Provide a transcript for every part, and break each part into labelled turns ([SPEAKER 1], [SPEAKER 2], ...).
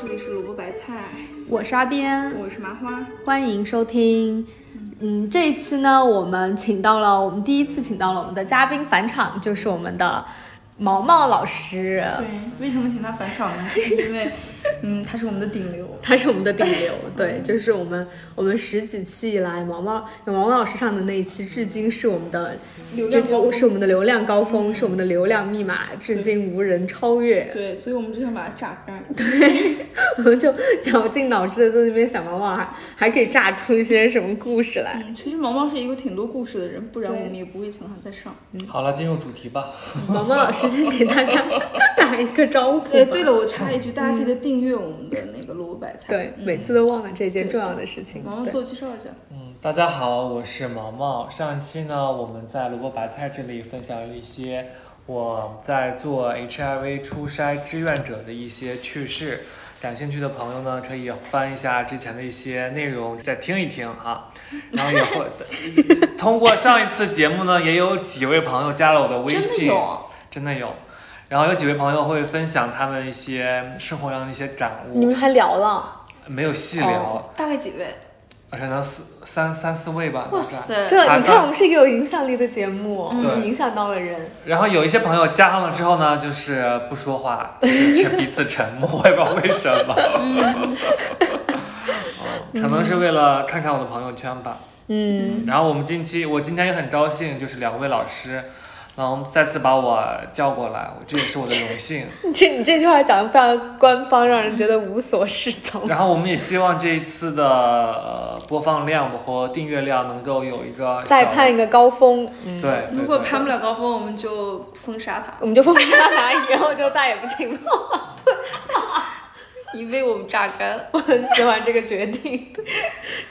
[SPEAKER 1] 这里是萝卜白菜，
[SPEAKER 2] 我是阿边，
[SPEAKER 1] 我是麻花。
[SPEAKER 2] 欢迎收听。嗯，这一期呢，我们请到了我们第一次请到了我们的嘉宾返场，就是我们的毛毛老师，呃
[SPEAKER 1] 对，为什么请他返场呢？ 是因为，嗯，他是我们的顶流。
[SPEAKER 2] 他是我们的顶流，对，就是我们我们十几期以来，毛毛有毛毛老师上的那一期，至今是我们的
[SPEAKER 1] 流
[SPEAKER 2] 这
[SPEAKER 1] 量高
[SPEAKER 2] 个
[SPEAKER 1] 峰
[SPEAKER 2] 是我们的流量高峰，是我们的流量密码，至今无人超越。
[SPEAKER 1] 对，所以我们就想把他榨干。
[SPEAKER 2] 我们就绞尽脑汁的在那边想毛毛还还可以炸出一些什么故事 来。
[SPEAKER 1] 嗯，其实毛毛是一个挺多故事的人，不然
[SPEAKER 2] 对
[SPEAKER 1] 我们也不会请他再上。
[SPEAKER 3] 好了，进入主题吧。
[SPEAKER 2] 毛毛老师先给大家打一个招呼
[SPEAKER 1] 对，
[SPEAKER 2] 吧。
[SPEAKER 1] 对了，我插一句，大家记得订阅我们的那个萝卜白菜。
[SPEAKER 2] 对，
[SPEAKER 1] 嗯
[SPEAKER 2] 每次都忘了这件重要的事情。
[SPEAKER 1] 毛毛
[SPEAKER 2] 对
[SPEAKER 1] 自我介绍一下。
[SPEAKER 3] 嗯，大家好，我是毛毛。上一期呢，我们在萝卜白菜这里分享了一些我在做 HIV 初筛志愿者的一些趣事，感兴趣的朋友呢，可以翻一下之前的一些内容，再听一听哈、然后也会通过上一次节目呢，也有几位朋友加了我的微
[SPEAKER 1] 真的
[SPEAKER 3] 信，
[SPEAKER 1] 有啊？
[SPEAKER 3] 真的有。然后有几位朋友会分享他们一些生活上的一些感
[SPEAKER 2] 你
[SPEAKER 3] 悟，
[SPEAKER 2] 们还聊了？
[SPEAKER 3] 没有细聊。
[SPEAKER 2] 哦
[SPEAKER 1] 大概几位？
[SPEAKER 3] 我想到四三三四位吧，
[SPEAKER 1] 哇
[SPEAKER 3] 大概。
[SPEAKER 1] 塞！
[SPEAKER 2] 对，
[SPEAKER 3] 还
[SPEAKER 2] 你看我们是一个有影响力的节目，
[SPEAKER 3] 对
[SPEAKER 2] 嗯影响到了人。
[SPEAKER 3] 然后有一些朋友加上了之后呢，就是不说 话，就是彼此沉默，我也不知道为什么。
[SPEAKER 2] 嗯
[SPEAKER 3] 哦可能是为了看看我的朋友圈吧。
[SPEAKER 2] 嗯，
[SPEAKER 3] 然后我们近期，我今天也很高兴，就是两位老师，然后再次把我叫过来，我这也是我的荣 幸。
[SPEAKER 2] 你这你这句话讲的非常官方，让人觉得无所适从。
[SPEAKER 3] 然后我们也希望这一次的、呃、播放量和订阅量能够有一个
[SPEAKER 2] 再
[SPEAKER 3] 小
[SPEAKER 2] 攀一个高峰，嗯，
[SPEAKER 3] 对，对
[SPEAKER 1] 如果
[SPEAKER 3] 对
[SPEAKER 1] 攀不了高峰，我们就封杀他，
[SPEAKER 2] 我们就封杀他， 以后就再也不请了。
[SPEAKER 1] 以为我们榨干。
[SPEAKER 2] 我很喜欢这个决定。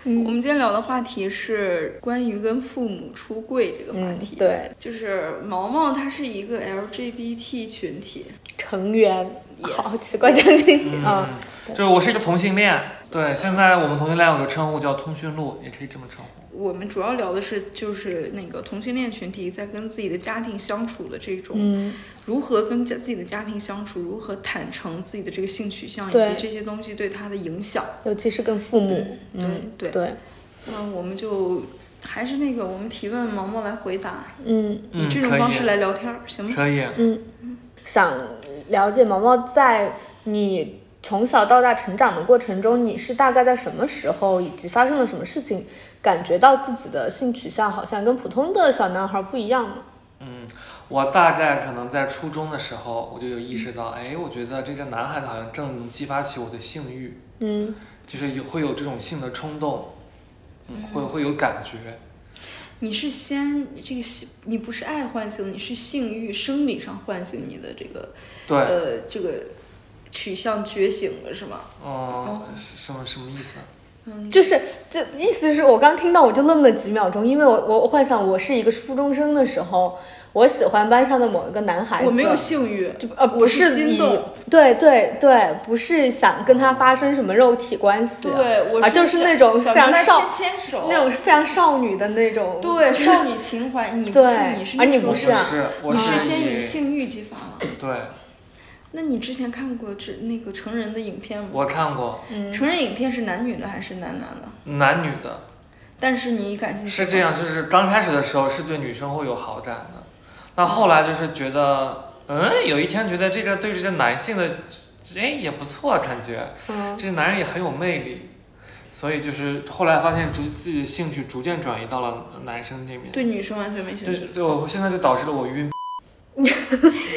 [SPEAKER 1] 我们今天聊的话题是关于跟父母出柜这个话
[SPEAKER 2] 嗯
[SPEAKER 1] 题。，。
[SPEAKER 2] 对，
[SPEAKER 1] 就是毛毛，他是一个 LGBT 群体，
[SPEAKER 2] 成员
[SPEAKER 1] Yes
[SPEAKER 2] 好奇怪，将近嗯，
[SPEAKER 3] 就是我是一个同性恋，对，现在我们同性恋有个称呼叫通讯录，也可以这么称呼。
[SPEAKER 1] 我们主要聊的是就是那个同性恋群体在跟自己的家庭相处的这种，
[SPEAKER 2] 嗯，
[SPEAKER 1] 如何跟家自己的家庭相处，如何坦诚自己的这个性取向，以
[SPEAKER 2] 对
[SPEAKER 1] 及这些东西对他的影响。
[SPEAKER 2] 尤其是跟父母，嗯，
[SPEAKER 1] 对对。
[SPEAKER 2] 对，
[SPEAKER 1] 那我们就还是那个，我们提问毛毛来回答，
[SPEAKER 2] 嗯
[SPEAKER 1] 以
[SPEAKER 3] 嗯，
[SPEAKER 1] 这种方式来聊天儿，行吗？
[SPEAKER 3] 可以。可以。
[SPEAKER 2] 嗯，想了解毛毛在你从小到大成长的过程中，你是大概在什么时候以及发生了什么事情，感觉到自己的性取向好像跟普通的小男孩不一样呢？
[SPEAKER 3] 嗯，我大概可能在初中的时候，我就有意识
[SPEAKER 1] 嗯
[SPEAKER 3] 到，哎，我觉得这个男孩子好像更能激发起我的性欲，
[SPEAKER 2] 嗯，
[SPEAKER 3] 就是有会有这种性的冲动，嗯，会会有感觉。
[SPEAKER 1] 你是先这个性，你不是爱唤醒，你是性欲生理上唤醒你的这个
[SPEAKER 3] 对，
[SPEAKER 1] 呃这个取向觉醒了是吗？哦
[SPEAKER 3] 嗯，是什么什么意思啊？
[SPEAKER 1] 嗯，
[SPEAKER 2] 就是这意思是我刚听到我就愣了几秒钟，因为我我我幻想我是一个初中生的时候，我喜欢班上的某一个男孩子，
[SPEAKER 1] 我没有性欲，
[SPEAKER 2] 就呃不
[SPEAKER 1] 我是
[SPEAKER 2] 是
[SPEAKER 1] 心
[SPEAKER 2] 以
[SPEAKER 1] 动
[SPEAKER 2] 对对对，不是想跟他发生什么肉体关系，
[SPEAKER 1] 对，我
[SPEAKER 2] 啊就是那种
[SPEAKER 1] 想
[SPEAKER 2] 非常
[SPEAKER 1] 跟他
[SPEAKER 2] 少
[SPEAKER 1] 牵牵手
[SPEAKER 2] 那种非常少女的那种，
[SPEAKER 1] 对少女情怀，你不是
[SPEAKER 2] 对
[SPEAKER 1] 你是
[SPEAKER 2] 而你
[SPEAKER 1] 那
[SPEAKER 2] 不
[SPEAKER 3] 我
[SPEAKER 1] 种
[SPEAKER 2] 是啊
[SPEAKER 3] 是，我
[SPEAKER 1] 你
[SPEAKER 3] 是
[SPEAKER 1] 是先以
[SPEAKER 3] 以
[SPEAKER 1] 性欲激发了。
[SPEAKER 3] 对，
[SPEAKER 1] 那你之前看过这那个成人的影片吗？
[SPEAKER 3] 我看过
[SPEAKER 2] 嗯
[SPEAKER 1] 成人影片是男女的还是男男的？
[SPEAKER 3] 男女的，
[SPEAKER 1] 但是你感兴趣
[SPEAKER 3] 是
[SPEAKER 1] 吗
[SPEAKER 3] 这样，就是刚开始的时候是对女生会有好感的，那后来就是觉得，嗯，有一天觉得这个对这个男性的，哎也不错，感觉
[SPEAKER 2] 嗯
[SPEAKER 3] 这个男人也很有魅力，所以就是后来发现逐自己的兴趣逐渐转移到了男生这边。
[SPEAKER 1] 对女生完全没兴
[SPEAKER 3] 对
[SPEAKER 1] 趣。
[SPEAKER 3] 对，我现在就导致了我晕。
[SPEAKER 2] 你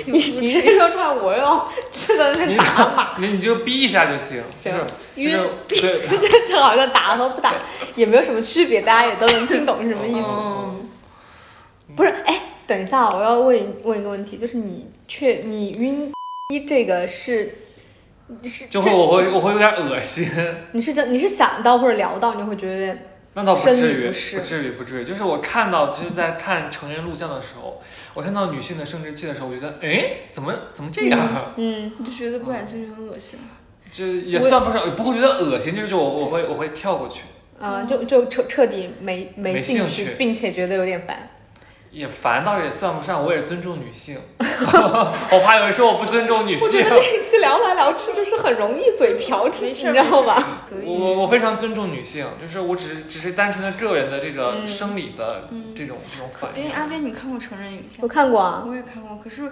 [SPEAKER 2] 你这说出来，我要这个
[SPEAKER 3] 你
[SPEAKER 2] 打，
[SPEAKER 3] 你你就逼一下就行。
[SPEAKER 2] 行
[SPEAKER 3] 就是就是对，
[SPEAKER 2] 这好像打和不打也没有什么区别，大家也都能听懂是什么意思。
[SPEAKER 1] 嗯，
[SPEAKER 2] 不是，哎， 等一下，我要问问一个问题，就是你确你晕这个是是
[SPEAKER 3] 就会
[SPEAKER 2] 这
[SPEAKER 3] 我会我会有点恶心。
[SPEAKER 2] 你是真你是想到或者聊到，你就会觉得有点
[SPEAKER 3] 那倒不
[SPEAKER 2] 生理
[SPEAKER 3] 至于，
[SPEAKER 2] 不适
[SPEAKER 3] 至于，不至于。就是我看到，就是在看成人录像的时候，我看到女性的生殖器的时候，我觉得，哎，怎么怎么这样？
[SPEAKER 2] 嗯
[SPEAKER 1] 你就觉得不感兴趣很恶心。
[SPEAKER 3] 就也
[SPEAKER 2] 我也
[SPEAKER 3] 算不上，也不会觉得恶心，就是我我会我会跳过去。
[SPEAKER 2] 嗯呃啊、就就彻彻底没没
[SPEAKER 3] 没
[SPEAKER 2] 兴
[SPEAKER 3] 兴趣
[SPEAKER 2] 并且觉得有点烦。
[SPEAKER 3] 也烦倒也算不上，我也尊重女性。 我怕有人说我不尊重女性。
[SPEAKER 4] 我觉得这一期聊来聊去就是很容易嘴瓢，你知道吧？
[SPEAKER 1] 可以
[SPEAKER 3] 我我我非常尊重女性，就是我只是只是单纯的个人的这个生理的
[SPEAKER 1] 嗯
[SPEAKER 3] 这种、这种
[SPEAKER 1] 可啊
[SPEAKER 3] 反
[SPEAKER 1] 因为
[SPEAKER 3] 应。
[SPEAKER 1] 阿威，你看过成人影片
[SPEAKER 2] 我
[SPEAKER 1] 吗？
[SPEAKER 2] 看过啊，
[SPEAKER 1] 我也看过，可是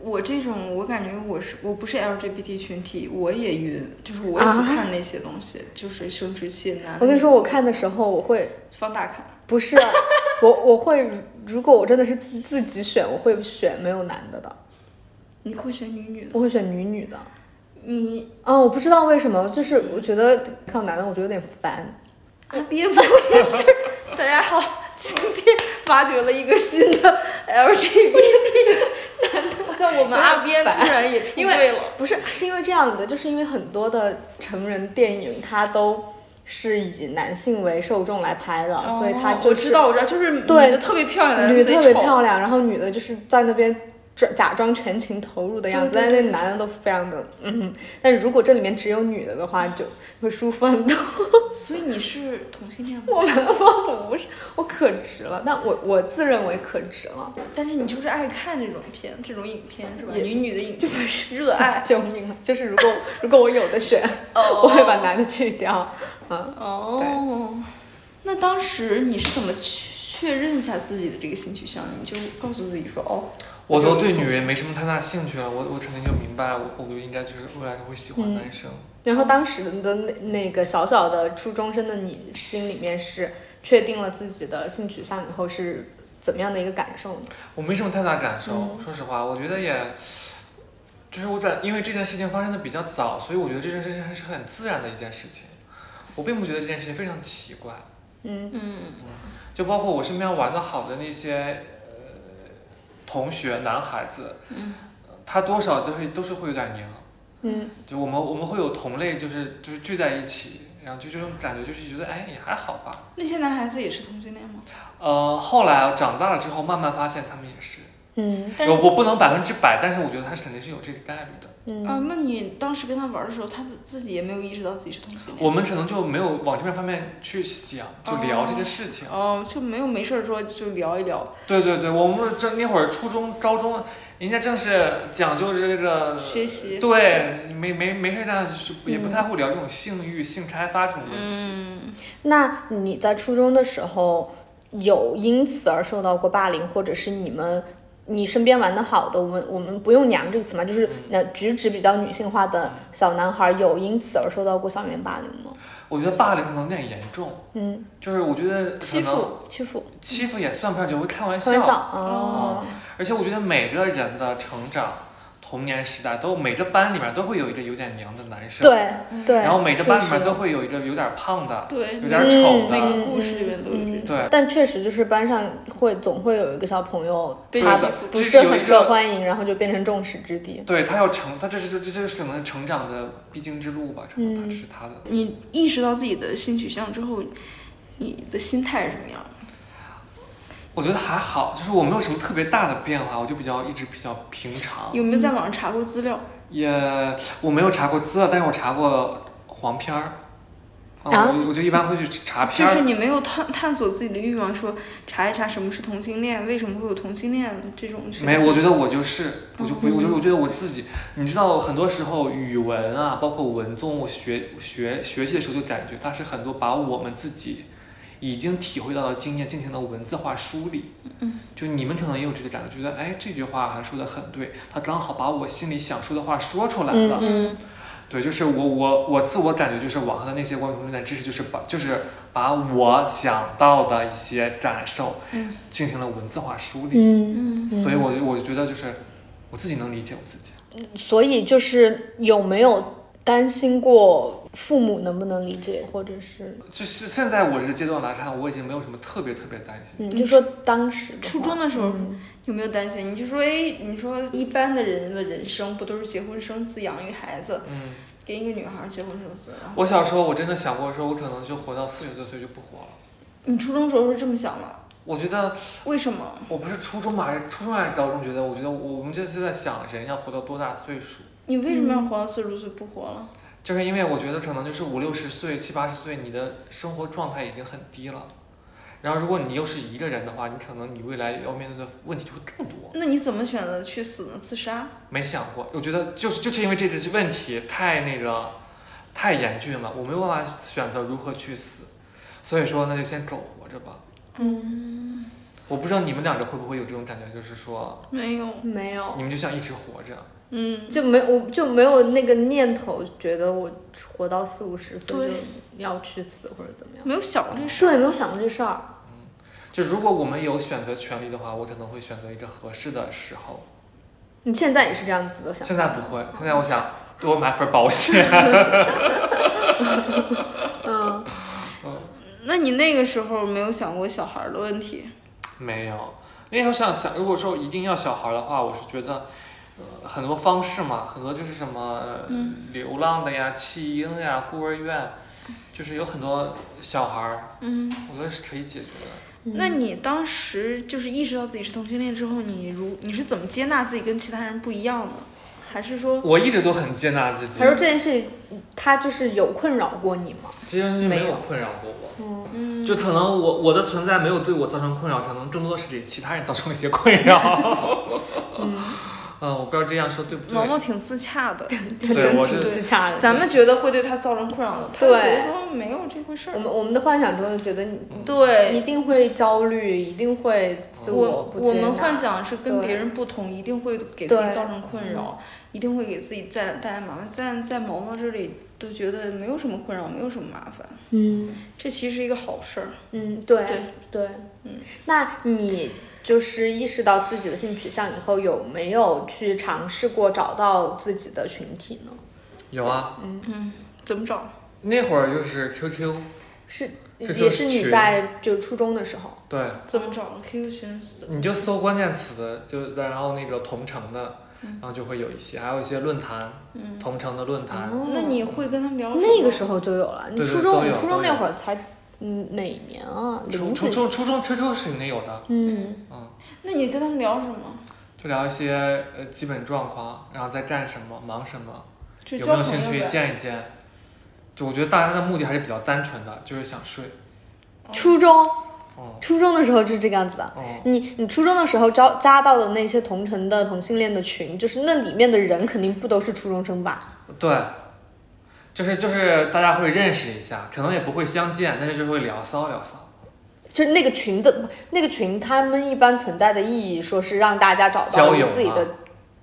[SPEAKER 1] 我这种，我感觉我是我不是 LGBT 群体，我也晕，就是我也不
[SPEAKER 2] 啊
[SPEAKER 1] 看那些东西，就是生殖器男。
[SPEAKER 2] 我跟你说，我看的时候我会
[SPEAKER 1] 放大看，
[SPEAKER 2] 不是我我会，如果我真的是自自己选，我会选没有男的的，
[SPEAKER 1] 你会选女女的，
[SPEAKER 2] 我会选女女的。
[SPEAKER 1] 你
[SPEAKER 2] 啊、我不知道为什么，就是我觉得看到男的，我觉得有点烦。
[SPEAKER 1] 阿别不啊也是？大家好，今天挖掘了一个新的 LGBT 男的，好像我们阿边突然也出
[SPEAKER 2] 因
[SPEAKER 1] 柜
[SPEAKER 2] 为
[SPEAKER 1] 了。
[SPEAKER 2] 不是是因为这样的，就是因为很多的成人电影它都是以男性为受众来拍的，所以它
[SPEAKER 1] 哦
[SPEAKER 2] 就
[SPEAKER 1] 我
[SPEAKER 2] 是
[SPEAKER 1] 知道，我知道，就是女
[SPEAKER 2] 对
[SPEAKER 1] 的特别漂亮，男
[SPEAKER 2] 女
[SPEAKER 1] 的
[SPEAKER 2] 的特别
[SPEAKER 1] 丑
[SPEAKER 2] 漂亮，然后女的就是在那边假假装全情投入的样子，
[SPEAKER 1] 对对
[SPEAKER 2] 但是那男的都非常的嗯。但是如果这里面只有女的的话，就会舒服很多。
[SPEAKER 1] 所以你是同性恋吗？
[SPEAKER 2] 我们我不是我可直了，但我我自认为可直了，
[SPEAKER 1] 但是你就是爱看这种片，这种影片是吧？
[SPEAKER 2] 也
[SPEAKER 1] 女女的影就不是热爱
[SPEAKER 2] 救命啊！就是如果如果我有的选，
[SPEAKER 1] 哦
[SPEAKER 2] 我会把男的去掉。嗯，
[SPEAKER 1] 哦。那当时你是怎么确确认一下自己的这个性取向？你就告诉自己说哦，
[SPEAKER 3] 我
[SPEAKER 1] 就
[SPEAKER 3] 都对女人没什么太大兴趣了，我我肯定就明白，我我就应该就是未来就会喜欢
[SPEAKER 2] 嗯
[SPEAKER 3] 男生。
[SPEAKER 2] 然后当时的那那个小小的初中生的你，心里面是确定了自己的性取向以后是怎么样的一个感受呢？
[SPEAKER 3] 我没什么太大感受，
[SPEAKER 2] 嗯
[SPEAKER 3] 说实话，我觉得也，就是我感，因为这件事情发生的比较早，所以我觉得这件事情还是很自然的一件事情。我并不觉得这件事情非常奇怪，
[SPEAKER 2] 嗯。
[SPEAKER 1] 嗯，
[SPEAKER 3] 就包括我身边玩的好的那些呃同学男孩子，
[SPEAKER 1] 嗯
[SPEAKER 3] 他多少都是都是会有点娘，
[SPEAKER 2] 嗯
[SPEAKER 3] 就我们我们会有同类，就是就是聚在一起，然后就这种感觉，就是觉得哎也还好吧。
[SPEAKER 1] 那些男孩子也是同性恋吗？
[SPEAKER 3] 呃，后来长大了之后，慢慢发现他们也是，
[SPEAKER 2] 嗯
[SPEAKER 1] 但是
[SPEAKER 3] 我我不能百分之百，但是我觉得他是肯定是有这个概率的。
[SPEAKER 1] 啊、
[SPEAKER 2] 嗯
[SPEAKER 1] 那你当时跟他玩的时候，他自自己也没有意识到自己是同性恋，
[SPEAKER 3] 我们可能就没有往这边方面去想，就聊这个事情。
[SPEAKER 1] 哦就没有没事儿说就聊一聊
[SPEAKER 3] 对对对，我们这那会儿初中、高中，人家正是讲究这个
[SPEAKER 1] 学习，
[SPEAKER 3] 对，没没没事干，就是也不
[SPEAKER 2] 嗯
[SPEAKER 3] 太会聊这种性欲、性开发这种问题。
[SPEAKER 1] 嗯，
[SPEAKER 2] 那你在初中的时候有因此而受到过霸凌，或者是你们你身边玩的好的，我们我们不用“娘”这个词嘛，就是
[SPEAKER 3] 嗯
[SPEAKER 2] 那举止比较女性化的小男孩，有因此而受到过校园霸凌吗？
[SPEAKER 3] 我觉得霸凌可能有点严重，
[SPEAKER 2] 嗯，
[SPEAKER 3] 就是我觉得可
[SPEAKER 1] 欺
[SPEAKER 3] 能
[SPEAKER 1] 负
[SPEAKER 2] 欺负，
[SPEAKER 3] 欺负也算不上，只会开玩
[SPEAKER 2] 开玩笑哦，
[SPEAKER 3] 而且我觉得每个人的成长、童年时代都每个班里面都会有一个有点娘的男生，，
[SPEAKER 2] 对
[SPEAKER 1] 嗯
[SPEAKER 2] 对，
[SPEAKER 3] 然后每个班里
[SPEAKER 2] 确
[SPEAKER 3] 面
[SPEAKER 2] 实
[SPEAKER 3] 都会有一个有点胖的，
[SPEAKER 1] 对，
[SPEAKER 3] 有
[SPEAKER 1] 每
[SPEAKER 3] 点
[SPEAKER 1] 个
[SPEAKER 3] 丑的
[SPEAKER 1] 每个故事里面都有这
[SPEAKER 2] 嗯
[SPEAKER 1] 种。
[SPEAKER 3] 对。
[SPEAKER 2] 但确实就是班上会总会有一个小朋友，
[SPEAKER 1] 被
[SPEAKER 2] 他
[SPEAKER 1] 欺负
[SPEAKER 2] 不
[SPEAKER 3] 就是是有一
[SPEAKER 2] 很
[SPEAKER 3] 个
[SPEAKER 2] 受欢迎，然后就变成众矢之的。
[SPEAKER 3] 对他要成，他这是这这是可能成长的必经之路吧，可能他
[SPEAKER 2] 嗯
[SPEAKER 3] 这是他的。
[SPEAKER 1] 你意识到自己的性取向之后，你的心态是什么样的？
[SPEAKER 3] 我觉得还好，就是我没有什么特别大的变化，我就比较一直比较平常。
[SPEAKER 1] 有没有在网上查过资料？
[SPEAKER 3] 也我没有查过资料，但是我查过黄片儿。
[SPEAKER 2] 啊
[SPEAKER 3] 我我就一般会去查
[SPEAKER 1] 就
[SPEAKER 3] 片儿。
[SPEAKER 1] 是你没有探探索自己的欲望，说查一查什么是同性恋，为什么会有同性恋这种选
[SPEAKER 3] 没，
[SPEAKER 1] 择
[SPEAKER 3] 我觉得我就是，我就不，我就我觉得我自己，你知道，很多时候语文啊，包括文综，我学学学习的时候就感觉它是很多把我们自己已经体会到的经验进行了文字化梳理。嗯，就你们可能也有这个感觉，觉得哎这句话好像说的很对，他刚好把我心里想说的话说出来了。
[SPEAKER 1] 嗯，
[SPEAKER 3] 对，就是我我我自我感觉就是网上的那些关于同性恋知识，就是把就是把我想到的一些感受，
[SPEAKER 1] 嗯
[SPEAKER 3] 进行了文字化梳理。
[SPEAKER 2] 嗯，
[SPEAKER 1] 嗯，
[SPEAKER 3] 所以我我觉得就是我自己能理解我自己。
[SPEAKER 2] 所以就是有没有担心过父母能不能理解，或者是
[SPEAKER 3] 就是现在我这个阶段来看，我已经没有什么特别特别担心。
[SPEAKER 2] 嗯，就说当时的话
[SPEAKER 1] 初中的时候
[SPEAKER 2] 嗯
[SPEAKER 1] 有没有担心？你就说，哎，你说一般的人的人生不都是结婚生子、养育孩子，
[SPEAKER 3] 嗯，
[SPEAKER 1] 跟一个女孩结婚生子？然后
[SPEAKER 3] 我小时候我真的想过，说我可能就活到四十多岁就不活了。
[SPEAKER 1] 你初中时候是这么想的？
[SPEAKER 3] 我觉得
[SPEAKER 1] 为什么？
[SPEAKER 3] 我不是初中嘛，还是初中还是高中，觉得我觉得我我们这是在想人要活到多大岁数，
[SPEAKER 1] 你为什么要活到四十多岁不活了？
[SPEAKER 3] 就是因为我觉得可能就是五六十岁、七八十岁，你的生活状态已经很低了，然后如果你又是一个人的话，你可能你未来要面对的问题就会更多。
[SPEAKER 1] 那你怎么选择去死呢？自杀？
[SPEAKER 3] 没想过，我觉得就是就是因为这个问题太那个太严峻了，我没有办法选择如何去死，所以说那就先苟活着吧。
[SPEAKER 1] 嗯，
[SPEAKER 3] 我不知道你们两个会不会有这种感觉，就是说
[SPEAKER 1] 没有。
[SPEAKER 2] 没有，
[SPEAKER 3] 你们就想一直活着。
[SPEAKER 1] 嗯，
[SPEAKER 2] 就没我就没有那个念头，觉得我活到四五十岁就
[SPEAKER 1] 对
[SPEAKER 2] 要去死或者怎么样。
[SPEAKER 1] 没有想过这事。
[SPEAKER 2] 对，没有想过这事儿。
[SPEAKER 3] 就如果我们有选择权利的话，我可能会选择一个合适的时候。
[SPEAKER 2] 你现在也是这样子的想法？
[SPEAKER 3] 现在不会，现在我想多买份保险。
[SPEAKER 2] 嗯，
[SPEAKER 1] 那你那个时候没有想过小孩儿的问题？
[SPEAKER 3] 没有，那时候想想，如果说一定要小孩的话，我是觉得，呃，很多方式嘛，很多就是什么、呃流浪的呀、弃婴呀、孤儿院，就是有很多小孩儿，
[SPEAKER 1] 嗯，
[SPEAKER 3] 我觉得是可以解决的。
[SPEAKER 2] 嗯
[SPEAKER 1] 那你当时就是意识到自己是同性恋之后，你如你是怎么接纳自己跟其他人不一样的？还是说
[SPEAKER 3] 我一直都很接纳自己
[SPEAKER 2] 他，说这件事情，他就是有困扰过你吗？
[SPEAKER 3] 这件事情没
[SPEAKER 2] 没
[SPEAKER 3] 有
[SPEAKER 2] 有
[SPEAKER 3] 困扰过我。
[SPEAKER 2] 嗯，
[SPEAKER 1] 嗯，
[SPEAKER 3] 就可能我我的存在没有对我造成困扰，可能更多的是给其他人造成一些困扰。嗯，我不知道这样说对不
[SPEAKER 1] 毛
[SPEAKER 3] 对。
[SPEAKER 1] 毛挺自洽的，
[SPEAKER 2] 这
[SPEAKER 3] 对
[SPEAKER 2] 真
[SPEAKER 3] 我
[SPEAKER 2] 挺
[SPEAKER 3] 是
[SPEAKER 2] 自洽的。
[SPEAKER 1] 咱们觉得会对他造成困扰的，他
[SPEAKER 2] 对
[SPEAKER 1] 觉得说没有这回事
[SPEAKER 2] 我
[SPEAKER 1] 儿。
[SPEAKER 2] 们我们的幻想中就觉得你
[SPEAKER 3] 嗯
[SPEAKER 1] 对，
[SPEAKER 2] 一定会焦虑，一定会自
[SPEAKER 1] 我
[SPEAKER 2] 不
[SPEAKER 1] 我
[SPEAKER 2] 接
[SPEAKER 1] 们
[SPEAKER 2] 纳。
[SPEAKER 1] 幻想是跟
[SPEAKER 2] 对
[SPEAKER 1] 别人不同，一定会给自己
[SPEAKER 2] 对
[SPEAKER 1] 造成困扰，一定会给自己带带来麻烦。但在毛毛这里都觉得没有什么困扰，没有什么麻烦，
[SPEAKER 2] 嗯
[SPEAKER 1] 这其实是一个好事儿。
[SPEAKER 2] 嗯，对
[SPEAKER 1] 对
[SPEAKER 2] 对，
[SPEAKER 1] 嗯。
[SPEAKER 2] 那你就是意识到自己的性取向以后，有没有去尝试过找到自己的群体呢？
[SPEAKER 3] 有啊，
[SPEAKER 1] 嗯，怎么找？
[SPEAKER 3] 那会儿就是 QQ，
[SPEAKER 2] 是
[SPEAKER 3] 这就
[SPEAKER 2] 也
[SPEAKER 3] 是
[SPEAKER 2] 是你
[SPEAKER 3] 群
[SPEAKER 2] 在就初中的时候，
[SPEAKER 3] 对，
[SPEAKER 1] 怎么找？QQ 群怎
[SPEAKER 3] 你就搜关键词，就然后那个同城的，然后就会有一些，还有一些论坛，
[SPEAKER 1] 嗯，
[SPEAKER 3] 同城的论坛。
[SPEAKER 2] 哦
[SPEAKER 1] 那你会跟他们聊什么
[SPEAKER 2] 那个时候就有了。你
[SPEAKER 3] 对对
[SPEAKER 2] 初
[SPEAKER 3] 都
[SPEAKER 2] 中你
[SPEAKER 3] 有
[SPEAKER 2] 初
[SPEAKER 3] 都
[SPEAKER 2] 中
[SPEAKER 3] 有
[SPEAKER 2] 那会儿才嗯哪年啊？
[SPEAKER 3] 初
[SPEAKER 2] 零
[SPEAKER 3] 初
[SPEAKER 2] 几
[SPEAKER 3] 初初中 QQ 是没有的，
[SPEAKER 2] 嗯
[SPEAKER 3] 嗯，
[SPEAKER 1] 那你跟他们聊什么？
[SPEAKER 3] 就聊一些呃基本状况，然后在干什么，忙什么，
[SPEAKER 1] 就
[SPEAKER 3] 有
[SPEAKER 1] 交
[SPEAKER 3] 没有
[SPEAKER 1] 朋
[SPEAKER 3] 兴
[SPEAKER 1] 友
[SPEAKER 3] 趣
[SPEAKER 1] 呗。
[SPEAKER 3] 见一见。就我觉得大家的目的还是比较单纯的，就是想睡。
[SPEAKER 2] 初中
[SPEAKER 3] 嗯
[SPEAKER 2] 初中的时候就是这个样子的。
[SPEAKER 3] 嗯，
[SPEAKER 2] 你你初中的时候招加到的那些同城的同性恋的群，就是那里面的人肯定不都是初中生吧？
[SPEAKER 3] 对，就是就是大家会认识一下，可能也不会相见，但是就会聊骚聊骚，
[SPEAKER 2] 就是那个群的那个群，他们一般存在的意义，说是让大家找到
[SPEAKER 3] 交友
[SPEAKER 2] 自己
[SPEAKER 3] 嘛
[SPEAKER 2] 的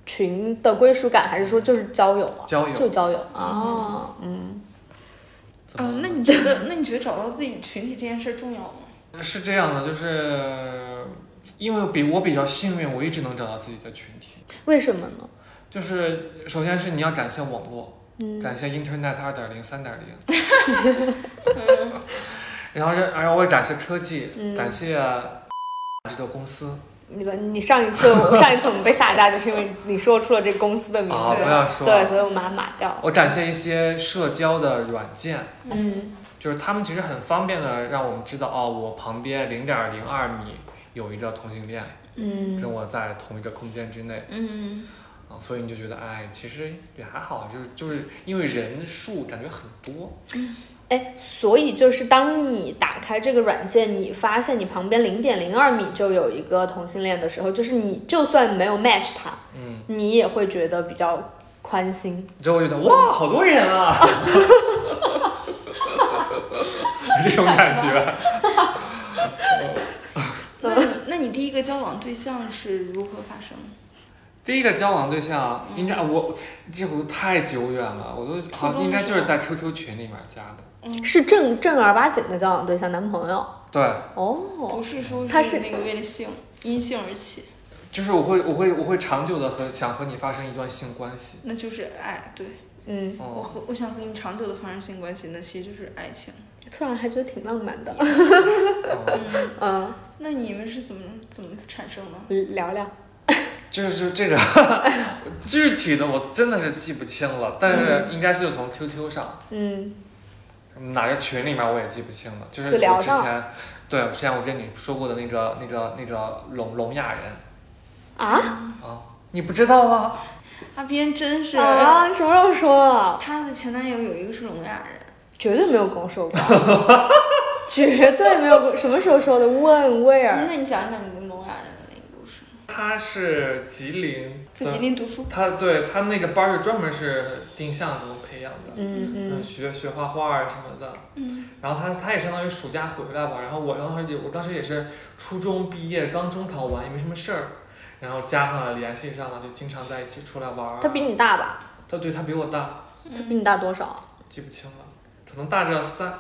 [SPEAKER 2] 群的归属感，还是说就是交友啊？
[SPEAKER 3] 交
[SPEAKER 2] 就
[SPEAKER 3] 友。
[SPEAKER 2] 交友啊，嗯，
[SPEAKER 3] 怎么
[SPEAKER 1] 啊
[SPEAKER 3] 了，
[SPEAKER 1] 那你觉得，那你觉得找到自己群体这件事儿重要吗？
[SPEAKER 3] 呃是这样的，就是因为比我比较幸运，我一直能找到自己的群体。
[SPEAKER 2] 为什么呢？
[SPEAKER 3] 就是首先是你要感谢网络，
[SPEAKER 2] 嗯
[SPEAKER 3] 感谢 Internet 二点零、三点零， 然后这，然后我也感谢科技，
[SPEAKER 2] 嗯
[SPEAKER 3] 感谢这个公司
[SPEAKER 2] 你们，你上一次上一次我们被下架，就是因为你说出了这公司的名
[SPEAKER 3] 啊，
[SPEAKER 2] 字，
[SPEAKER 3] 不要说
[SPEAKER 2] 对，
[SPEAKER 3] 了，
[SPEAKER 2] 所以我们把它码掉了。
[SPEAKER 3] 我感谢一些社交的软件。
[SPEAKER 2] 嗯
[SPEAKER 3] 就是他们其实很方便的让我们知道，哦，我旁边零点零二米有一个同性恋
[SPEAKER 2] 嗯
[SPEAKER 3] 跟我在同一个空间之内，
[SPEAKER 1] 嗯，
[SPEAKER 3] 啊，所以你就觉得，哎，其实也还好，就是就是因为人数感觉很多，
[SPEAKER 2] 哎，所以就是当你打开这个软件，你发现你旁边零点零二米就有一个同性恋的时候，就是你就算没有 match 他，
[SPEAKER 3] 嗯，
[SPEAKER 2] 你也会觉得比较宽心。
[SPEAKER 3] 之后我就觉得，哇，好多 人啊， 这种感觉，
[SPEAKER 1] 那那你第一个交往对象是如何发生？
[SPEAKER 3] 第一个交往对象应该我这回太久远了，我都好
[SPEAKER 1] 嗯初中
[SPEAKER 3] 应该
[SPEAKER 1] 的
[SPEAKER 3] 就
[SPEAKER 1] 时
[SPEAKER 3] 是
[SPEAKER 1] 候
[SPEAKER 3] 在 QQ 群里面加的，
[SPEAKER 2] 是正正儿八经的交往对象，男朋友
[SPEAKER 3] 对，
[SPEAKER 2] 哦，
[SPEAKER 1] 不是说
[SPEAKER 2] 他是
[SPEAKER 1] 那个为了性因性而起，
[SPEAKER 3] 就是我会我会我会长久的和想和你发生一段性关系，
[SPEAKER 1] 那就是爱。对
[SPEAKER 2] 嗯，
[SPEAKER 1] 我
[SPEAKER 3] 哦。
[SPEAKER 1] 和我想和你长久的发生性关系，那其实就是爱情。
[SPEAKER 2] 突然还觉得挺浪漫的。
[SPEAKER 3] 哦
[SPEAKER 1] 嗯，
[SPEAKER 2] 嗯，
[SPEAKER 1] 那你们是怎么怎么产生的？
[SPEAKER 2] 聊聊。
[SPEAKER 3] 就是这个 具体的我真的是记不清了，但
[SPEAKER 1] 嗯
[SPEAKER 3] 是应该是从 QQ 上
[SPEAKER 2] 嗯
[SPEAKER 3] 哪个群里面我也记不清了，就是
[SPEAKER 2] 就聊
[SPEAKER 3] 我之
[SPEAKER 2] 上
[SPEAKER 3] 前，对，之前我跟你说过的那个那个那个聋聋哑人
[SPEAKER 2] 啊
[SPEAKER 3] 啊，你不知道吗？
[SPEAKER 1] 阿边真是，
[SPEAKER 2] 啊！你什么时候说了？啊
[SPEAKER 1] 她的前男友有一个是聋哑人，
[SPEAKER 2] 绝对没有跟我说过。绝对没有。什么时候说的？When where？
[SPEAKER 1] 那你讲讲你跟聋哑人的那个故事，
[SPEAKER 3] 他是吉林
[SPEAKER 1] 在吉
[SPEAKER 3] 的，
[SPEAKER 1] 林读书，
[SPEAKER 3] 他对他那个班儿是专门是定向的培养的，
[SPEAKER 2] 嗯
[SPEAKER 3] 嗯，
[SPEAKER 2] 嗯
[SPEAKER 3] 学学画画啊什么的。
[SPEAKER 1] 嗯，
[SPEAKER 3] 然后他他也相当于暑假回来吧，然后我当时也我当时也是初中毕业刚中考完也没什么事儿，然后加上了联系上了，就经常在一起出来玩儿啊。
[SPEAKER 2] 他比你大吧？
[SPEAKER 3] 他对他比我大，
[SPEAKER 2] 他
[SPEAKER 1] 嗯
[SPEAKER 2] 比你大多少？
[SPEAKER 3] 记不清了，可能大个三。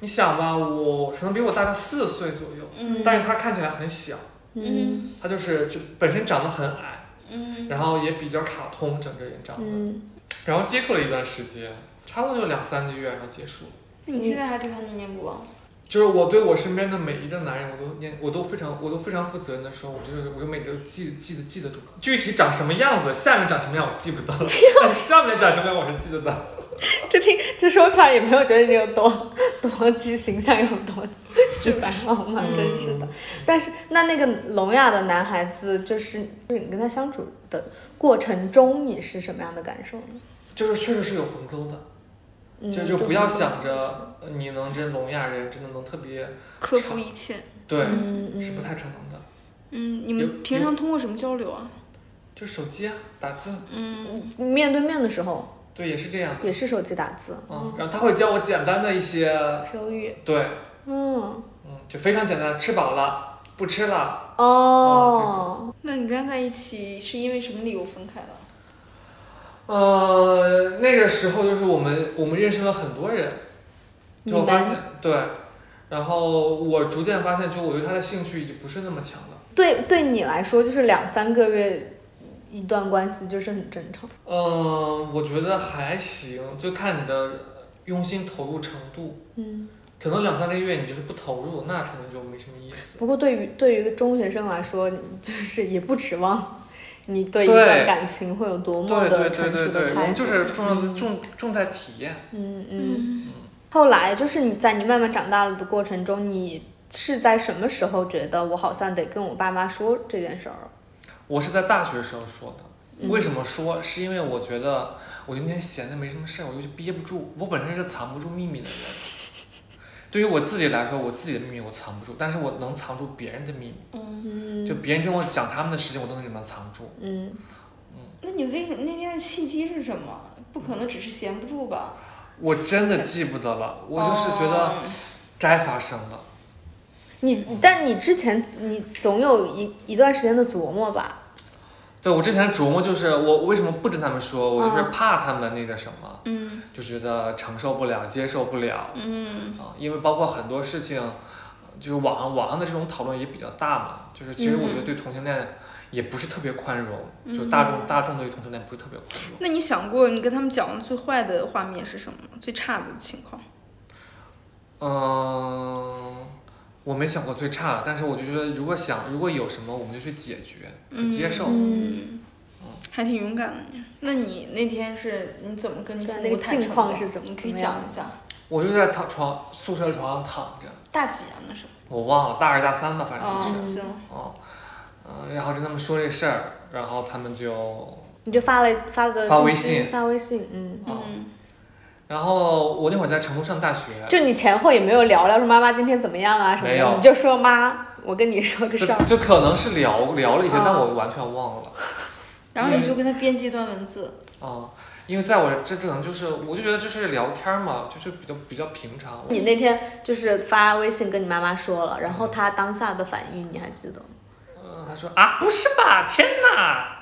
[SPEAKER 3] 你想吧，我可能比我大个四岁左右，
[SPEAKER 1] 嗯
[SPEAKER 3] 但是他看起来很小，
[SPEAKER 2] 嗯
[SPEAKER 3] 他就是就本身长得很矮，
[SPEAKER 1] 嗯
[SPEAKER 3] 然后也比较卡通，整个人长得。
[SPEAKER 2] 嗯，
[SPEAKER 3] 然后接触了一段时间，差不多就两三个月，然后结束了。
[SPEAKER 1] 那你现在还对他念念不忘？
[SPEAKER 3] 就是我对我身边的每一个男人，我都念，我都非常，我都非常负责任的说，我就是我就每个都记记得记得住，具体长什么样子，下面长什么样我记不得了， 但是上面长什么样我是记得的。
[SPEAKER 2] 这听这说出来也没有觉得你有多 多之形象有 多是白浪漫，真是嗯的。但是那那个聋哑的男孩子，就是就是你跟他相处的过程中，你是什么样的感受呢？
[SPEAKER 3] 就是确实是有鸿沟的，
[SPEAKER 2] 嗯
[SPEAKER 3] 就就不要想着呃你能跟聋哑人真的能特别
[SPEAKER 1] 克服一切。
[SPEAKER 3] 对，
[SPEAKER 2] 嗯
[SPEAKER 3] 是不
[SPEAKER 2] 嗯，
[SPEAKER 3] 太可能的。
[SPEAKER 1] 嗯，你
[SPEAKER 3] 有
[SPEAKER 1] 们平常通过什么交流啊？
[SPEAKER 3] 就手机啊，打字，
[SPEAKER 1] 嗯
[SPEAKER 2] 面对面的时候
[SPEAKER 3] 对，也是这样的。
[SPEAKER 2] 也是手机打字，
[SPEAKER 3] 嗯，然后他会教我简单的一些，
[SPEAKER 2] 手语，
[SPEAKER 3] 对，
[SPEAKER 2] 嗯，
[SPEAKER 3] 嗯，就非常简单，吃饱了，不吃了，
[SPEAKER 2] 哦，，
[SPEAKER 1] 嗯那你跟他在一起是因为什么理由分开的？
[SPEAKER 3] 呃，那个时候就是我们我们认识了很多人，就我
[SPEAKER 2] 你
[SPEAKER 3] 发
[SPEAKER 2] 们
[SPEAKER 3] 现对，然后我逐渐发现，就我对他的兴趣已经不是那么强了。
[SPEAKER 2] 对，对你来说就是两三个月一段关系就是很正常。
[SPEAKER 3] 嗯、我觉得还行，就看你的用心投入程度。
[SPEAKER 2] 嗯，
[SPEAKER 3] 可能两三个月你就是不投入，那可能就没什么意思。
[SPEAKER 2] 不过对于对于一个中学生来说，就是也不指望你对一
[SPEAKER 3] 对
[SPEAKER 2] 段感情会有多么
[SPEAKER 3] 对对
[SPEAKER 2] 的
[SPEAKER 3] 对
[SPEAKER 2] 成
[SPEAKER 3] 对
[SPEAKER 2] 熟
[SPEAKER 3] 对，
[SPEAKER 2] 的嗯
[SPEAKER 3] 我
[SPEAKER 2] 态
[SPEAKER 3] 们
[SPEAKER 2] 度
[SPEAKER 3] 就。是重要的重重在体验。
[SPEAKER 2] 嗯嗯。
[SPEAKER 1] 嗯，
[SPEAKER 2] 后来就是你在你慢慢长大了的过程中，你是在什么时候觉得我好像得跟我爸妈说这件事儿？
[SPEAKER 3] 我是在大学时候说的，
[SPEAKER 2] 嗯
[SPEAKER 3] 为什么说？是因为我觉得我今天闲着没什么事儿，我就憋不住。我本身是藏不住秘密的人，对于我自己来说，我自己的秘密我藏不住，但是我能藏住别人的秘密，
[SPEAKER 1] 嗯，
[SPEAKER 2] 嗯
[SPEAKER 3] 就别人跟我讲他们的事情，我都能给他藏住。
[SPEAKER 2] 嗯，
[SPEAKER 1] 那你为什么那天的契机是什么？不可能只是闲不住吧？
[SPEAKER 3] 我真的记不得了，我就是觉得
[SPEAKER 2] 嗯
[SPEAKER 1] 哦
[SPEAKER 3] 该发生了。
[SPEAKER 2] 你但你之前你总有一一段时间的琢磨吧？
[SPEAKER 3] 对我之前琢磨就是我我为什么不跟他们说，我就是
[SPEAKER 2] 嗯
[SPEAKER 3] 怕他们那个什么，
[SPEAKER 1] 嗯
[SPEAKER 3] 就觉得承受不了，接受不了。
[SPEAKER 1] 嗯
[SPEAKER 3] 啊，因为包括很多事情，呃就是网上网上的这种讨论也比较大嘛，就是其实我觉得对同性恋也不是特别宽容，就大众大众对于同性恋不是特别宽容。
[SPEAKER 1] 那你想过你跟他们讲的最坏的画面是什么吗？最差的情况？
[SPEAKER 3] 嗯，我没想过最差的，但是我就觉得如果想如果有什么，我们就去解决，去接受。
[SPEAKER 1] 嗯，还挺勇敢的你。那你那天是你怎么跟你父
[SPEAKER 2] 对
[SPEAKER 1] 母
[SPEAKER 2] 那个
[SPEAKER 1] 坦诚
[SPEAKER 2] 境况
[SPEAKER 1] 的
[SPEAKER 2] 是怎么
[SPEAKER 1] 你可以
[SPEAKER 2] 怎么样
[SPEAKER 1] 讲一下。
[SPEAKER 3] 我就在躺床宿舍的床上躺着，
[SPEAKER 1] 大几啊？那是？
[SPEAKER 3] 我忘了大二大三吧，反正
[SPEAKER 1] 哦，
[SPEAKER 3] 是，
[SPEAKER 1] 行。
[SPEAKER 3] 哦、嗯，然后跟他们说这事儿，然后他们就
[SPEAKER 2] 你就发了发了个
[SPEAKER 3] 发
[SPEAKER 2] 信
[SPEAKER 3] 微
[SPEAKER 2] 息
[SPEAKER 3] 信
[SPEAKER 2] 发微信，嗯。
[SPEAKER 3] 哦
[SPEAKER 1] 嗯
[SPEAKER 3] 然后我那会儿在成都上大学，
[SPEAKER 2] 就你前后也没有聊聊说妈妈今天怎么样啊什么
[SPEAKER 3] 呃没有
[SPEAKER 2] 的，你就说妈，我跟你说个
[SPEAKER 3] 就
[SPEAKER 2] 事儿。
[SPEAKER 3] 就可能是聊聊了一些，
[SPEAKER 2] 啊
[SPEAKER 3] 但我完全忘了
[SPEAKER 1] 然后你就跟他编辑一段文字。
[SPEAKER 3] 啊、因为在我这可能就是，我就觉得这是聊天嘛，就是比较比较平常。
[SPEAKER 2] 你那天就是发微信跟你妈妈说了，然后她当下的反应你还记得吗？
[SPEAKER 3] 嗯，他说啊，不是吧，天哪，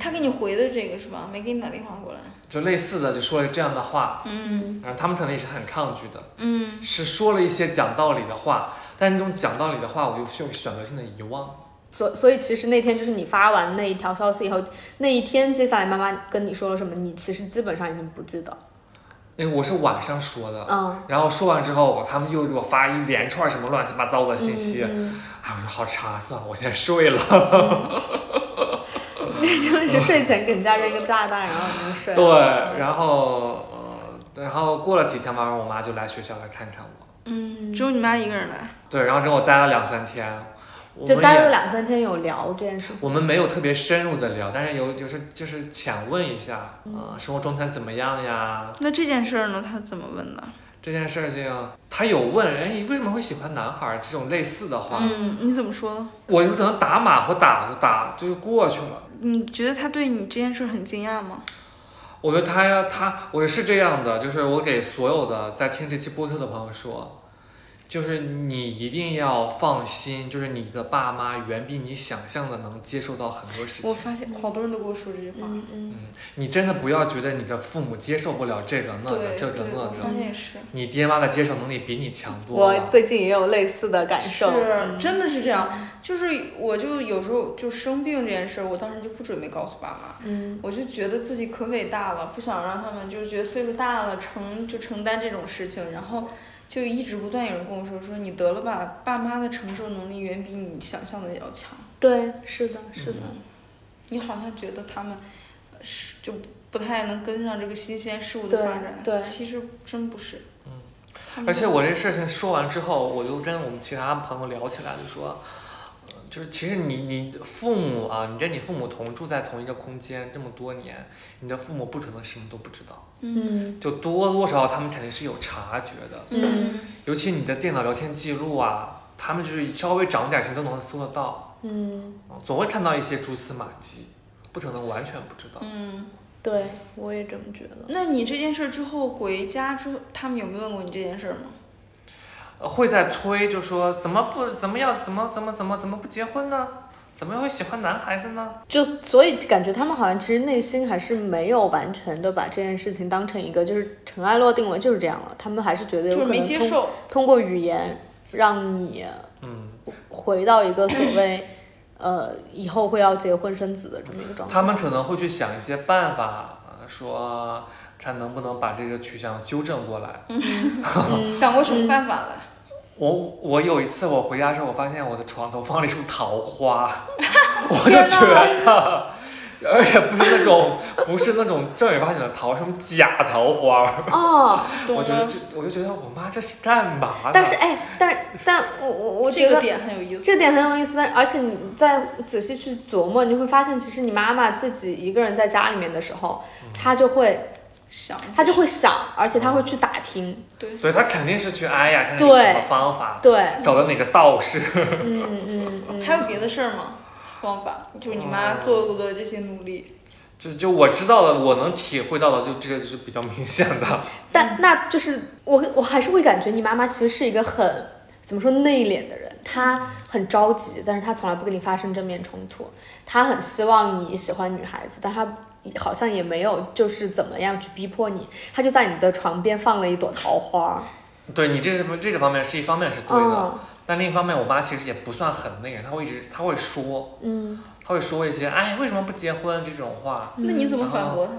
[SPEAKER 1] 他给你回的这个是吧？没给你打电话过来。
[SPEAKER 3] 就类似的，就说了这样的话，
[SPEAKER 1] 嗯
[SPEAKER 3] 然后他们可能也是很抗拒的，
[SPEAKER 1] 嗯
[SPEAKER 3] 是说了一些讲道理的话，但那种讲道理的话，我就选选择性的遗忘。
[SPEAKER 2] 所所以其实那天就是你发完那一条消息以后，那一天接下来妈妈跟你说了什么，你其实基本上已经不记得了。
[SPEAKER 3] 那个我是晚上说的，
[SPEAKER 2] 嗯，
[SPEAKER 3] 然后说完之后，他们又给我发一连串什么乱七八糟的信息，
[SPEAKER 2] 嗯
[SPEAKER 3] 啊，我说好差，算了，我先睡了。
[SPEAKER 2] 嗯 就是睡前给人家扔个炸弹，然后你就睡了。
[SPEAKER 3] 对，然后呃，然后过了几天晚上，我妈就来学校来看看我。
[SPEAKER 1] 嗯，只有你妈一个人来。
[SPEAKER 3] 对，然后跟我待了两三天，我们
[SPEAKER 2] 就待了
[SPEAKER 3] 也
[SPEAKER 2] 两三天有聊这件事情。
[SPEAKER 3] 我们没有特别深入的聊，但是有有时就是呃
[SPEAKER 2] 嗯
[SPEAKER 3] 浅问一下，啊、生活状态怎么样呀？
[SPEAKER 1] 那这件事儿呢？他怎么问的？
[SPEAKER 3] 这这件事情，他有问，哎，你为什么会喜欢男孩儿这种类似的话，
[SPEAKER 1] 嗯，你怎么说呢？
[SPEAKER 3] 我就可能打马虎打打就过去了。
[SPEAKER 1] 你觉得他对你这件事很惊讶吗？
[SPEAKER 3] 我觉得他呀，他我是这样的，就是我给所有的在听这期播客的朋友说，就是你一定要放心，就是你的爸妈远比你想象的能接受到很多事
[SPEAKER 1] 我
[SPEAKER 3] 情。
[SPEAKER 1] 发现好多人都跟我说这句话。
[SPEAKER 2] 嗯嗯，
[SPEAKER 3] 你真的不要觉得你的父母接受不了这个那个
[SPEAKER 1] 对
[SPEAKER 3] 这个
[SPEAKER 1] 对，
[SPEAKER 3] 那
[SPEAKER 1] 我
[SPEAKER 3] 个，
[SPEAKER 1] 发现也是，
[SPEAKER 3] 你爹妈的接受能力比你强多
[SPEAKER 5] 我
[SPEAKER 3] 了。
[SPEAKER 5] 最近也有类似的感
[SPEAKER 1] 是
[SPEAKER 5] 受，嗯
[SPEAKER 1] 真的是这样。就是我就有时候就生病这件事儿，我当时就不准备告诉爸妈，
[SPEAKER 2] 嗯
[SPEAKER 1] 我就觉得自己可伟大了，不想让他们就是觉得岁数大了承就承担这种事情，然后就一直不断有人跟我说说你得了吧，爸妈的承受能力远比你想象的要强，
[SPEAKER 2] 对，是的，是的，
[SPEAKER 1] 你好像觉得他们呃是就不太能跟上这个新鲜事物的
[SPEAKER 2] 对
[SPEAKER 1] 发展，
[SPEAKER 2] 对
[SPEAKER 1] 其实真不是，
[SPEAKER 3] 嗯
[SPEAKER 1] 他们
[SPEAKER 3] 而且
[SPEAKER 1] 都
[SPEAKER 3] 我这事情说完之后，我就跟我们其他朋友聊起来，就说，呃就是其实你你父母啊，你跟你父母同住在同一个空间这么多年，你的父母不可能什么都不知道，
[SPEAKER 1] 嗯
[SPEAKER 2] 嗯
[SPEAKER 3] 就多多少少他们肯定是有察觉的，
[SPEAKER 1] 嗯
[SPEAKER 3] 尤其你的电脑聊天记录啊，他们就是稍微长点心都能搜得到，
[SPEAKER 2] 嗯，
[SPEAKER 3] 嗯总会看到一些蛛丝马迹，不可能完全不知道。
[SPEAKER 1] 嗯，
[SPEAKER 2] 对，我也这么觉得。
[SPEAKER 1] 那你这件事之后回家之后，他们有没有问过你这件事儿吗？
[SPEAKER 3] 呃会在催，就说怎么不怎么要怎么怎么怎么怎么不结婚呢？怎么会喜欢男孩子呢？
[SPEAKER 2] 就所以感觉他们好像其实内心还是没有完全的把这件事情当成一个就是尘埃落定了，就是这样了。他们还是觉得有
[SPEAKER 1] 就是
[SPEAKER 2] 可能
[SPEAKER 1] 没接
[SPEAKER 2] 通
[SPEAKER 1] 受，
[SPEAKER 2] 通过语言让你
[SPEAKER 3] 嗯，
[SPEAKER 2] 回到一个所谓呃以后会要结婚生子的这么一个状态。
[SPEAKER 3] 他们可能会去想一些办法，呃说看能不能把这个取向纠正过来。
[SPEAKER 2] 嗯
[SPEAKER 1] 想过什么办法了？
[SPEAKER 3] 我我有一次我回家的时候，我发现我的床头放了一束桃花， 我就
[SPEAKER 1] 天哪
[SPEAKER 3] 觉得。而且不是那种，不是那种正儿八经的桃，什么假桃花，
[SPEAKER 2] 哦，
[SPEAKER 3] 我
[SPEAKER 1] 懂
[SPEAKER 3] 觉得
[SPEAKER 1] 了，
[SPEAKER 3] 这，我就觉得我妈这是干嘛呢？
[SPEAKER 2] 但 是哎，但但我我我觉
[SPEAKER 1] 这
[SPEAKER 2] 得
[SPEAKER 1] 个点很有意思。
[SPEAKER 2] 这点很有意思，但而且你再仔细去琢磨，你就会发现，其实你妈妈自己一个人在家里面的时候，
[SPEAKER 3] 嗯
[SPEAKER 2] 她就会
[SPEAKER 1] 想
[SPEAKER 2] 她就会想，而且她会去打听，
[SPEAKER 3] 嗯
[SPEAKER 1] 对，
[SPEAKER 3] 对她肯定是去哎呀，看看有什么方法，
[SPEAKER 2] 对，
[SPEAKER 3] 找到哪个道士。
[SPEAKER 2] 嗯嗯嗯，
[SPEAKER 1] 还有别的事儿吗？方法就是你妈
[SPEAKER 2] 哦
[SPEAKER 3] 嗯
[SPEAKER 1] 做过的这些努力，
[SPEAKER 3] 就就我知道的，我能体会到的，就这个就是比较明显的。
[SPEAKER 2] 但那就是我我还是会感觉你妈妈其实是一个很怎么说内敛的人，她很着急，但是她从来不跟你发生正面冲突，她很希望你喜欢女孩子，但她。好像也没有，就是怎么样去逼迫你，她就在你的床边放了一朵桃花。
[SPEAKER 3] 对你这什么这个方面是一方面是对的，
[SPEAKER 2] 嗯
[SPEAKER 3] 但另一方面，我妈其实也不算很那个人，她会一直她会说，
[SPEAKER 2] 嗯，
[SPEAKER 3] 她会说一些哎为什么不结婚这种话。
[SPEAKER 1] 那你怎么反
[SPEAKER 3] 哦
[SPEAKER 1] 驳她？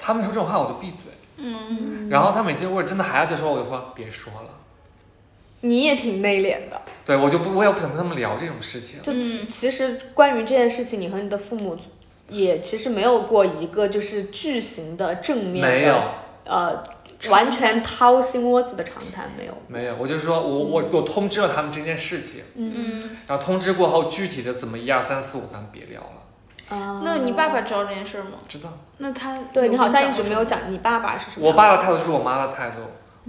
[SPEAKER 3] 他们说这种话我都闭嘴，
[SPEAKER 1] 嗯，
[SPEAKER 3] 然后她每次如果真的还要再说，我就说别说了。
[SPEAKER 2] 你也挺内敛的。
[SPEAKER 3] 对我就不我也不想跟他们聊这种事情。
[SPEAKER 2] 就其
[SPEAKER 1] 嗯
[SPEAKER 2] 其实关于这件事情，你和你的父母也其实没有过一个就是巨型的正面的
[SPEAKER 3] 没有
[SPEAKER 2] 呃完全掏心窝子的长谈，没有。
[SPEAKER 3] 没有，我就说我我我通知了他们这件事情，
[SPEAKER 1] 嗯，
[SPEAKER 3] 然后通知过后具体的怎么一二三四五咱们别聊了，
[SPEAKER 2] 啊
[SPEAKER 1] 那你爸爸知道这件事儿吗？
[SPEAKER 3] 知道。
[SPEAKER 1] 那他
[SPEAKER 2] 呃对你好像一直
[SPEAKER 1] 有
[SPEAKER 2] 没
[SPEAKER 1] 跟
[SPEAKER 2] 有讲你爸爸是什么
[SPEAKER 3] 我
[SPEAKER 2] 样的。
[SPEAKER 3] 爸的态度就是我妈的态度，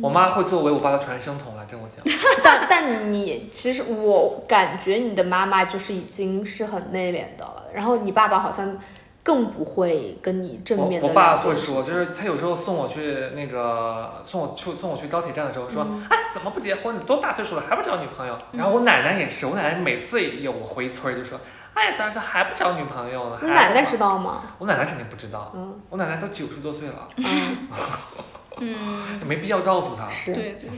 [SPEAKER 3] 我妈会作为我爸的传声筒来跟我讲。
[SPEAKER 2] 但但你其实我感觉你的妈妈就是已经是很内敛的了，然后你爸爸好像更不会跟你正面
[SPEAKER 3] 我
[SPEAKER 2] 的。
[SPEAKER 3] 我爸会说，就是他有时候送我去那个送我去送我去高铁站的时候说，
[SPEAKER 2] 嗯
[SPEAKER 3] 哎，怎么不结婚？你多大岁数了还不找女朋友？然后我奶奶也是，我奶奶每次有我回村儿就说，哎呀，咱是还不找女朋友呢？
[SPEAKER 2] 你
[SPEAKER 3] 还
[SPEAKER 2] 奶
[SPEAKER 3] 不
[SPEAKER 2] 奶
[SPEAKER 3] 找
[SPEAKER 2] 知道吗？
[SPEAKER 3] 我奶奶肯定不知道，
[SPEAKER 2] 嗯
[SPEAKER 3] 我奶奶都九十多岁了，
[SPEAKER 2] 嗯，
[SPEAKER 1] 嗯，
[SPEAKER 3] 没必要告诉她。
[SPEAKER 2] 是。
[SPEAKER 1] 对对，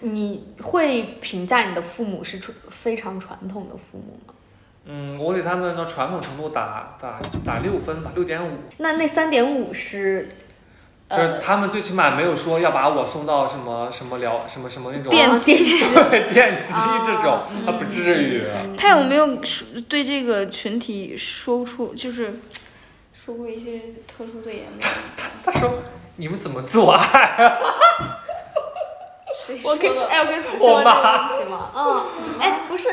[SPEAKER 2] 你会评价你的父母是传非常传统的父母吗？
[SPEAKER 3] 嗯，我给他们的传统程度打打打六分吧，六点五，
[SPEAKER 2] 那那三点五是，
[SPEAKER 3] 就是
[SPEAKER 2] 呃，
[SPEAKER 3] 他们最起码没有说要把我送到什么什么疗什么什么
[SPEAKER 2] 啊
[SPEAKER 3] 那种
[SPEAKER 1] 电击。
[SPEAKER 3] 对电击这种，他
[SPEAKER 2] 嗯
[SPEAKER 3] 不至于。啊
[SPEAKER 1] 嗯他有没有说对这个群体说出就是说过一些特殊的言论？
[SPEAKER 3] 他说：“你们怎么做啊爱
[SPEAKER 1] 谁
[SPEAKER 2] 我
[SPEAKER 1] 说
[SPEAKER 2] 可以，
[SPEAKER 1] 的？
[SPEAKER 2] 哎，我可以仔细
[SPEAKER 3] 我
[SPEAKER 2] 问这
[SPEAKER 3] 妈
[SPEAKER 2] 个问题吗？嗯，哎，不是，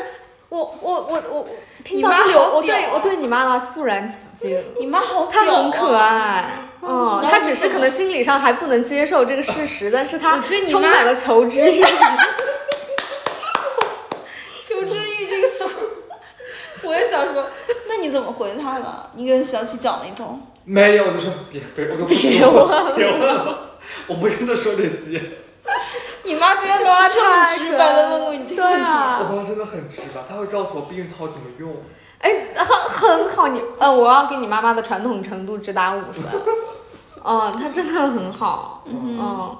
[SPEAKER 2] 我我我我我听
[SPEAKER 1] 你
[SPEAKER 2] 到
[SPEAKER 1] 妈
[SPEAKER 2] 这里，
[SPEAKER 1] 好
[SPEAKER 2] 我我
[SPEAKER 1] 屌
[SPEAKER 2] 对
[SPEAKER 1] 啊
[SPEAKER 2] 我对你妈妈肃然起敬。
[SPEAKER 1] 你妈好
[SPEAKER 2] 她
[SPEAKER 1] 屌啊
[SPEAKER 2] 很可。爱，嗯，
[SPEAKER 1] 然后
[SPEAKER 2] 她只是可能心理上还不能接受这个事实，但是她
[SPEAKER 1] 我觉得你妈
[SPEAKER 2] 充满了 求知欲。
[SPEAKER 1] 求知欲这个词， 我也想说，那你怎么回她了？你跟小七讲了一通，
[SPEAKER 6] 没有，我就说别别，我就不说了，别问了，我不跟他说这些。
[SPEAKER 1] 你妈居然能这么直白的问过你这个
[SPEAKER 2] 对
[SPEAKER 1] 问题。
[SPEAKER 6] 我
[SPEAKER 2] 啊，
[SPEAKER 6] 妈真的很直白，她会告诉我避孕套怎么用。
[SPEAKER 2] 哎， 很很好，你呃，我要给你妈妈的传统程度只打五分。嗯，她真的很好。
[SPEAKER 1] 嗯
[SPEAKER 2] 嗯，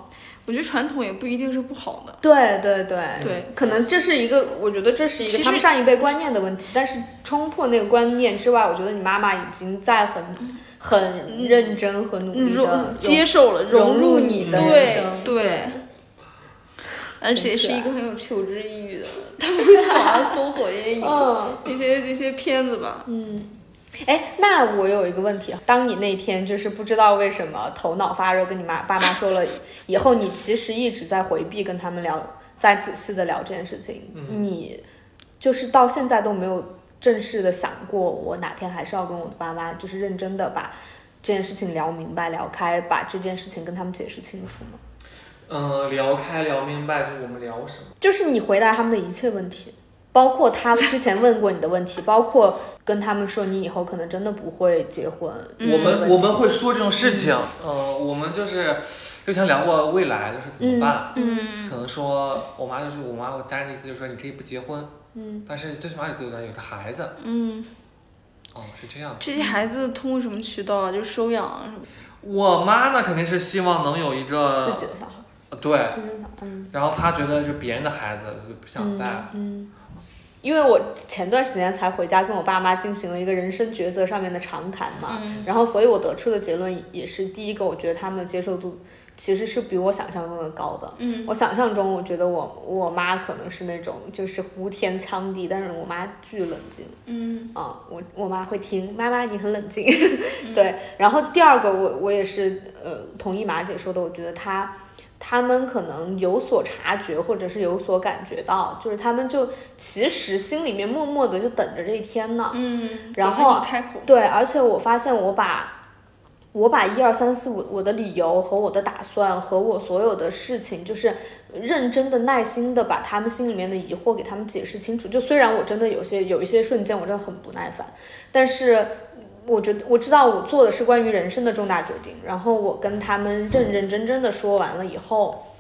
[SPEAKER 1] 我觉得传统也不一定是不好的。
[SPEAKER 2] 对对对
[SPEAKER 1] 对，
[SPEAKER 2] 嗯可能这是一个，我觉得这是一
[SPEAKER 1] 其实
[SPEAKER 2] 个他们上一辈观念的问题。但是冲破那个观念之外，我觉得你妈妈已经在很很认真和努力的
[SPEAKER 1] 融嗯接受了，
[SPEAKER 2] 融
[SPEAKER 1] 入
[SPEAKER 2] 入
[SPEAKER 1] 你
[SPEAKER 2] 你的人
[SPEAKER 1] 对
[SPEAKER 2] 生
[SPEAKER 1] 对，而且是一个很有求知欲的，他们会去网上搜索一些影
[SPEAKER 2] 嗯
[SPEAKER 1] 那些那些片子吧。
[SPEAKER 2] 嗯。哎，那我有一个问题，啊当你那天就是不知道为什么头脑发热，跟你妈爸妈说了以后，你其实一直在回避跟他们聊，在仔细的聊这件事情，
[SPEAKER 3] 嗯
[SPEAKER 2] 你就是到现在都没有正式的想过，我哪天还是要跟我的爸妈，就是认真的把这件事情聊明白、聊开，把这件事情跟他们解释清楚吗？
[SPEAKER 3] 嗯，聊开聊明白，就是我们聊什么？
[SPEAKER 2] 就是你回答他们的一切问题，包括他们之前问过你的问题，包括跟他们说你以后可能真的不会结婚，
[SPEAKER 1] 嗯
[SPEAKER 3] 我们我们会说这种事情，嗯，我们就是之前聊过未来，就是怎么办。
[SPEAKER 1] 嗯，
[SPEAKER 3] 可能说，我妈就是我妈，我家人的意思就是说，你可以不结婚，
[SPEAKER 2] 嗯，
[SPEAKER 3] 但是最起码有个有个孩子，
[SPEAKER 1] 嗯，
[SPEAKER 3] 哦，是
[SPEAKER 2] 嗯
[SPEAKER 3] 这样的。
[SPEAKER 1] 这些孩子通过什么渠道啊？就是收养啊什么？
[SPEAKER 3] 我妈呢，肯定是希望能有一
[SPEAKER 2] 自
[SPEAKER 3] 个呃
[SPEAKER 2] 己的小孩。
[SPEAKER 3] 对，
[SPEAKER 2] 亲生小孩，嗯
[SPEAKER 3] 然后她觉得是别人的孩子，就不想带。啊
[SPEAKER 2] 嗯。因为我前段时间才回家跟我爸妈进行了一个人生抉择上面的长谈嘛，
[SPEAKER 1] 嗯
[SPEAKER 2] 然后所以我得出的结论也是第一个，我觉得他们的接受度其实是比我想象中的高的。
[SPEAKER 1] 嗯，
[SPEAKER 2] 我想象中我觉得我我妈可能是那种就是呼天抢地，但是我妈巨冷静。
[SPEAKER 1] 嗯
[SPEAKER 2] 啊、我我妈会听，妈妈你很冷静， 对。然后第二个我，我也是呃同意马姐说的，我觉得她他们可能有所察觉，或者是有所感觉到，就是他们就其实心里面默默的就等着这一天呢。
[SPEAKER 1] 嗯，
[SPEAKER 2] 然后
[SPEAKER 1] 等着你开口，
[SPEAKER 2] 对，而且我发现我把。我把一二三四五我的理由和我的打算和我所有的事情，就是认真的、耐心的把他们心里面的疑惑给他们解释清楚。就虽然我真的有些有一些瞬间我真的很不耐烦，但是我觉得我知道我做的是关于人生的重大决定，然后我跟他们认认真真的说完了以后，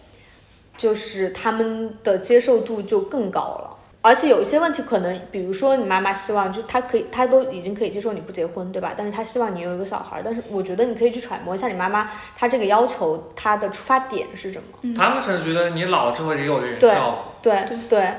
[SPEAKER 2] 就是他们的接受度就更高了。而且有一些问题，可能比如说你妈妈希望，就是她可以，她都已经可以接受你不结婚，对吧？但是她希望你有一个小孩儿，但是我觉得你可以去揣摩一下你妈妈她这个要求，她的出发点是什么。
[SPEAKER 3] 他们可能觉得你老了之后也有人
[SPEAKER 2] 嗯对
[SPEAKER 3] 照
[SPEAKER 2] 对
[SPEAKER 1] 对
[SPEAKER 2] 对，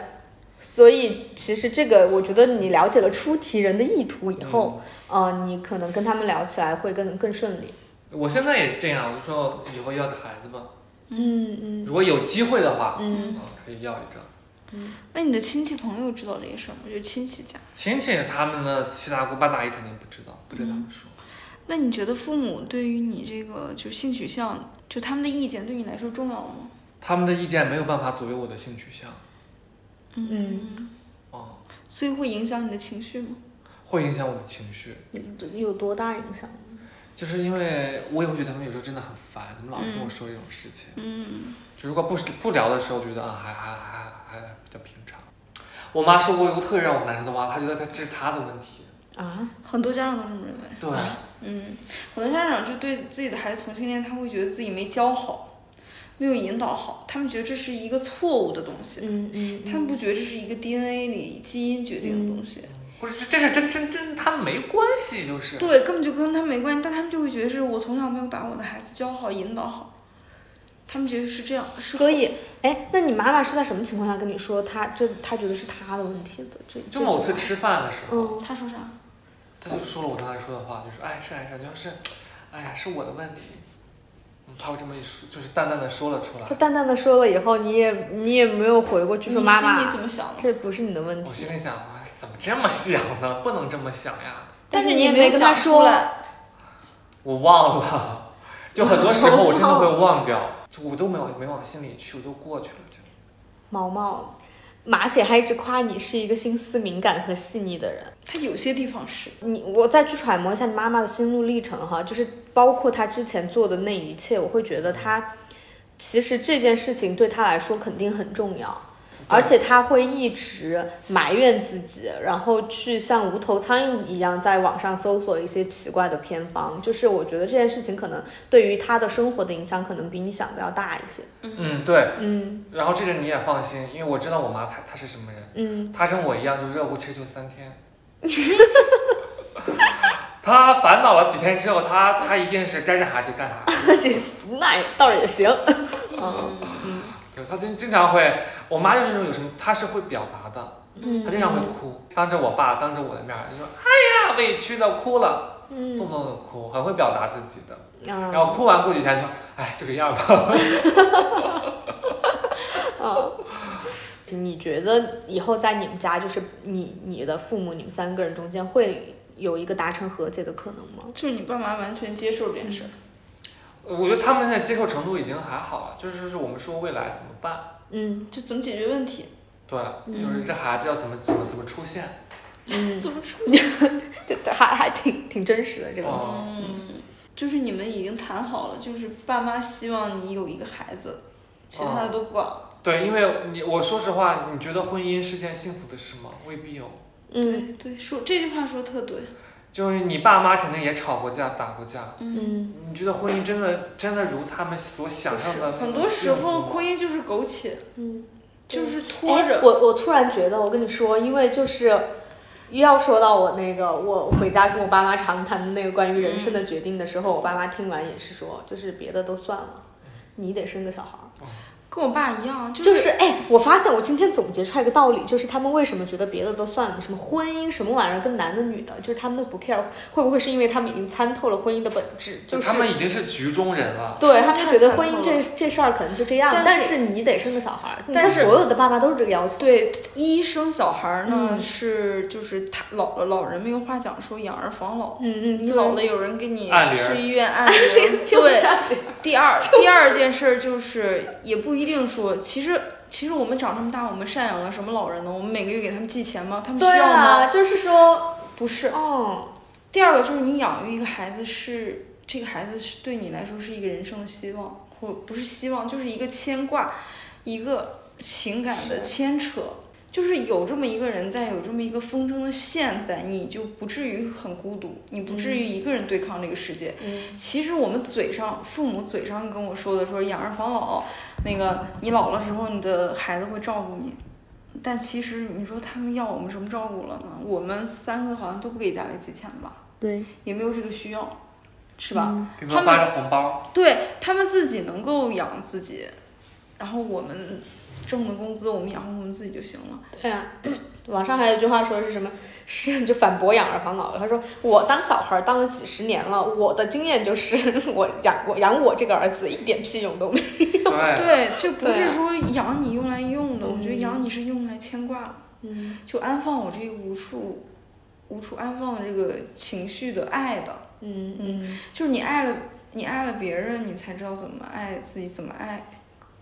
[SPEAKER 2] 所以其实这个，我觉得你了解了出题人的意图以
[SPEAKER 3] 顾。
[SPEAKER 2] 后，呃，你可能跟他们聊起来会更更顺利。
[SPEAKER 3] 我现在也是这样，我就说以后要个孩子吧，
[SPEAKER 2] 嗯嗯
[SPEAKER 3] 如果有机会的话，
[SPEAKER 2] 嗯，
[SPEAKER 3] 嗯，可以要一个。
[SPEAKER 1] 那你的亲戚朋友知道这些事儿吗？就是亲戚家。
[SPEAKER 3] 亲戚他们的七大姑八大姨肯定不知道，不跟他们说。
[SPEAKER 2] 嗯
[SPEAKER 1] 那你觉得父母对于你这个就是性取向，就他们的意见对你来说重要吗？
[SPEAKER 3] 他们的意见没有办法左右我的性取向，
[SPEAKER 2] 嗯，
[SPEAKER 3] 哦、
[SPEAKER 1] 所以会影响你的情绪吗？
[SPEAKER 3] 会影响我的情绪，
[SPEAKER 2] 这嗯有多大影响？
[SPEAKER 3] 就是因为我也会觉得他们有时候真的很烦，他们老是跟我说这种事情。
[SPEAKER 1] 嗯
[SPEAKER 3] 就如果不不聊的时候，觉得啊还还还还还比较平常。我妈说过一个特别让我难受的话，她觉得她这是她的问题。
[SPEAKER 2] 啊，
[SPEAKER 1] 很多家长都这么认为。
[SPEAKER 3] 对，
[SPEAKER 1] 嗯，很多家长就对自己的孩子同性恋，他会觉得自己没教好，没有引导好，他们觉得这是一个错误的东西，
[SPEAKER 2] 嗯嗯，
[SPEAKER 1] 他们不觉得这是一个 DNA 里基因决定的东西，
[SPEAKER 3] 不是这这事跟跟跟他们没关系，就是。啊
[SPEAKER 1] 对，根本就跟他们没关系，但他们就会觉得是我从小没有把我的孩子教好、引导好，他们觉得是这样，是
[SPEAKER 2] 所以，哎，那你妈妈是在什么情况下跟你说她这她觉得是她的问题的？这
[SPEAKER 3] 就某次
[SPEAKER 2] 这嗯
[SPEAKER 3] 吃饭的时候，
[SPEAKER 2] 种，
[SPEAKER 1] 他说啥？
[SPEAKER 3] 她就说了我刚才说的话，就说哎是哎是，你要是，哎呀是我的问题，嗯，她会这么一说，就是淡淡的说了出来
[SPEAKER 2] 嗯，她。淡淡的说了以后，你也你也没有回过去说妈
[SPEAKER 1] 你心里怎
[SPEAKER 2] 妈，
[SPEAKER 1] 么想的？
[SPEAKER 2] 这不是你的问
[SPEAKER 3] 我
[SPEAKER 2] 题，
[SPEAKER 3] 心里想，我怎么这么想呢？不能这么想呀！
[SPEAKER 2] 但
[SPEAKER 1] 是
[SPEAKER 2] 是你
[SPEAKER 1] 也
[SPEAKER 2] 也
[SPEAKER 1] 没
[SPEAKER 2] 没跟他
[SPEAKER 1] 讲出
[SPEAKER 2] 说
[SPEAKER 1] 来，
[SPEAKER 3] 我忘了， 就很多时候我真的会忘掉，就我都没往没往心里去，我都过去了就。
[SPEAKER 2] 毛毛。马姐还一直夸你是一个心思敏感和细腻的人。
[SPEAKER 1] 他有些地方是，
[SPEAKER 2] 你我再去揣摩一下你妈妈的心路历程哈，就是包括她之前做的那一切，我会觉得她其实这件事情对她来说肯定很重要，而且她会一直埋怨自己，然后去像无头苍蝇一样在网上搜索一些奇怪的偏方，就是我觉得这件事情可能对于她的生活的影响可能比你想的要大一些。
[SPEAKER 3] 嗯，对。
[SPEAKER 2] 嗯
[SPEAKER 3] 然后这个你也放心，因为我知道我妈她她是什么人，
[SPEAKER 2] 嗯，
[SPEAKER 3] 她跟我一样就热乎气儿就三天。 她烦恼了几天之后，她她一定是该干啥就干啥。
[SPEAKER 2] 那也那也倒是也行。
[SPEAKER 1] 嗯嗯
[SPEAKER 3] 对，她经经常会，我妈就是那种有什么，她是会表达的，
[SPEAKER 2] 嗯
[SPEAKER 3] 她经常会哭，当着我爸当着我的面儿就说，哎呀，委屈的哭了，动
[SPEAKER 2] 嗯
[SPEAKER 3] 不动就哭，很会表达自己的。
[SPEAKER 2] 啊
[SPEAKER 3] 然后哭完过几天说，哎，就这样吧。
[SPEAKER 2] 嗯你觉得以后在你们家，就是你、你的父母、你们三个人中间会有一个达成和解的可能吗？
[SPEAKER 1] 就是你爸妈完全接受这件事儿，
[SPEAKER 3] 我觉得他们现在接受程度已经还好了，就是就是我们说未来怎么办。
[SPEAKER 2] 嗯
[SPEAKER 1] 就怎么解决问题，
[SPEAKER 3] 对，就是这孩子要怎么怎么怎么出现，
[SPEAKER 2] 嗯，
[SPEAKER 1] 怎么出现？
[SPEAKER 2] 这这还还挺挺真实的这个问题。
[SPEAKER 3] 哦
[SPEAKER 1] 嗯，就是你们已经谈好了，就是爸妈希望你有一个孩子，其
[SPEAKER 3] 哦
[SPEAKER 1] 他的都不管了。
[SPEAKER 3] 对，因为你我说实话，你觉得婚姻是件幸福的事吗？未必哦。
[SPEAKER 2] 嗯
[SPEAKER 1] 对对，说这句话说得特对。
[SPEAKER 3] 就是你爸妈肯定也吵过架、打过架。
[SPEAKER 2] 嗯
[SPEAKER 3] 你觉得婚姻真的真的如他们所想
[SPEAKER 1] 不
[SPEAKER 3] 象
[SPEAKER 1] 是
[SPEAKER 3] 的那么幸福吗？
[SPEAKER 1] 很多时候婚姻就是苟且，
[SPEAKER 2] 嗯，
[SPEAKER 1] 就是拖
[SPEAKER 2] 哎
[SPEAKER 1] 着。
[SPEAKER 2] 我我突然觉得，我跟你说，因为就是。又要说到我那个，我回家跟我爸妈长谈的那个关于人生的决定的时候，我爸妈听完也是说，就是别的都算了，你得生个小孩儿。
[SPEAKER 1] 跟我爸一样，
[SPEAKER 2] 就是是哎，我发现我今天总结出来一个道理，就是他们为什么觉得别的都算了，什么婚姻什么玩意儿跟男的女的，就是他们都不 care，会不会是因为他们已经参透了婚姻的本质？
[SPEAKER 3] 就
[SPEAKER 2] 就是
[SPEAKER 3] 他们已经是局中人了。
[SPEAKER 2] 对他们就觉得
[SPEAKER 1] 太
[SPEAKER 2] 婚
[SPEAKER 1] 参
[SPEAKER 2] 姻
[SPEAKER 1] 透
[SPEAKER 2] 这这事儿可能就这样，但
[SPEAKER 1] 但是
[SPEAKER 2] 你得生个小孩儿，你
[SPEAKER 1] 但
[SPEAKER 2] 看
[SPEAKER 1] 是
[SPEAKER 2] 所有的爸妈都是这个要求。
[SPEAKER 1] 对一生小孩儿呢，
[SPEAKER 2] 嗯
[SPEAKER 1] 是就是他老了，老人没有话讲，说养儿防老。
[SPEAKER 2] 嗯嗯，
[SPEAKER 1] 你
[SPEAKER 2] 对
[SPEAKER 1] 老了有人给你
[SPEAKER 3] 按铃儿
[SPEAKER 1] 去医院按铃儿，
[SPEAKER 2] 就是
[SPEAKER 1] 对，第二第二件事儿就是，也不一定说，其实其实我们长这么大，我们赡养了什么老人呢？我们每个月给他们寄钱吗？他们需
[SPEAKER 2] 对
[SPEAKER 1] 要
[SPEAKER 2] 啊，
[SPEAKER 1] 吗？
[SPEAKER 2] 就是说，
[SPEAKER 1] 不是。
[SPEAKER 2] 哦，
[SPEAKER 1] 第二个就是你养育一个孩子是这个孩子是对你来说是一个人生的希望，或不是希望，就是一个牵挂，一个情感的牵扯。就是有这么一个人在，有这么一个风筝的线在，你就不至于很孤独，你不至于一个人对抗这个世界。
[SPEAKER 2] 嗯
[SPEAKER 1] 其实我们嘴上，父母嘴上跟我说的说养儿防老，那个你老了之后你的孩子会照顾你，但其实你说他们要我们什么照顾了呢？我们三个好像都不给家里寄钱吧，
[SPEAKER 2] 对，嗯
[SPEAKER 1] 也没有这个需要，是
[SPEAKER 2] 是
[SPEAKER 1] 吧？
[SPEAKER 2] 吧？
[SPEAKER 3] 顶多发个红包，
[SPEAKER 1] 对他们自己能够养自己，然后我们挣的工资我们养活我们自己就行了。
[SPEAKER 2] 对啊， 网上还有一句话说是什么？是 就反驳养儿防老了。他说我当小孩儿当了几十年了，我的经验就是 我养我养我这个儿子一点屁用都没有。
[SPEAKER 3] 对，
[SPEAKER 1] 对，就不
[SPEAKER 2] 对
[SPEAKER 1] 是
[SPEAKER 2] 啊
[SPEAKER 1] 说养你用来用的，我觉得
[SPEAKER 2] 嗯
[SPEAKER 1] 养你是用来牵挂的。
[SPEAKER 2] 嗯
[SPEAKER 1] 就安放我这个无处无处安放的这个情绪的爱的，
[SPEAKER 2] 嗯
[SPEAKER 1] 嗯就是你爱了你爱了别人，你才知道怎么爱自己，怎么爱，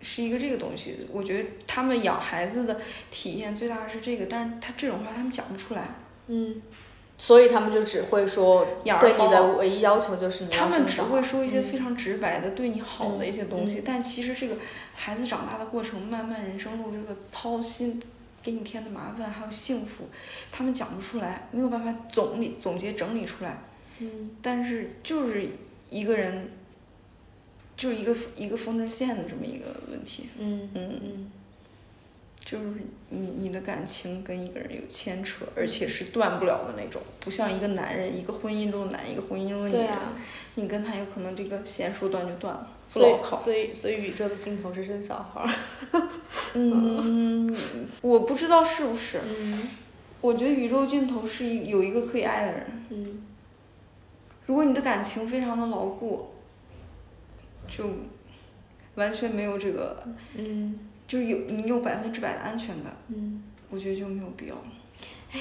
[SPEAKER 1] 是一个这个东西。我觉得他们养孩子的体验最大的是这个，但是他这种话他们讲不出来，
[SPEAKER 2] 嗯，所以他们就只会说
[SPEAKER 1] 养儿
[SPEAKER 2] 对
[SPEAKER 1] 防
[SPEAKER 2] 你的
[SPEAKER 1] 老。
[SPEAKER 2] 唯一要求就是你要
[SPEAKER 1] 他们
[SPEAKER 2] 生
[SPEAKER 1] 只
[SPEAKER 2] 小孩
[SPEAKER 1] 会说一些
[SPEAKER 2] 嗯
[SPEAKER 1] 非常直白的对你好的一些东西，
[SPEAKER 2] 嗯
[SPEAKER 1] 但其实这个孩子长大的过程，慢慢人生路这个操心，给你添的麻烦还有幸福，他们讲不出来，没有办法总理总结整理出来。
[SPEAKER 2] 嗯
[SPEAKER 1] 但是就是一个人，就是一个一个风筝线的这么一个问题，
[SPEAKER 2] 嗯
[SPEAKER 1] 嗯，
[SPEAKER 2] 嗯
[SPEAKER 1] 就是你你的感情跟一个人有牵扯，而且是断不了的那种，不像一个男人，一个婚姻中的男人，一个婚姻中的女
[SPEAKER 2] 对
[SPEAKER 1] 人，
[SPEAKER 2] 啊，
[SPEAKER 1] 你跟他有可能这个线说断就断了，不
[SPEAKER 2] 所
[SPEAKER 1] 牢
[SPEAKER 2] 以
[SPEAKER 1] 靠。
[SPEAKER 2] 所以所以宇宙的尽头是生小孩儿。
[SPEAKER 1] 嗯， 我不知道是不是，
[SPEAKER 2] 嗯
[SPEAKER 1] 我觉得宇宙尽头是一有一个可以爱的人，
[SPEAKER 2] 嗯
[SPEAKER 1] 如果你的感情非常的牢固，就完全没有这个
[SPEAKER 2] 嗯
[SPEAKER 1] 就是有你有百分之百的安全感，
[SPEAKER 2] 嗯，
[SPEAKER 1] 我觉得就没有必要了。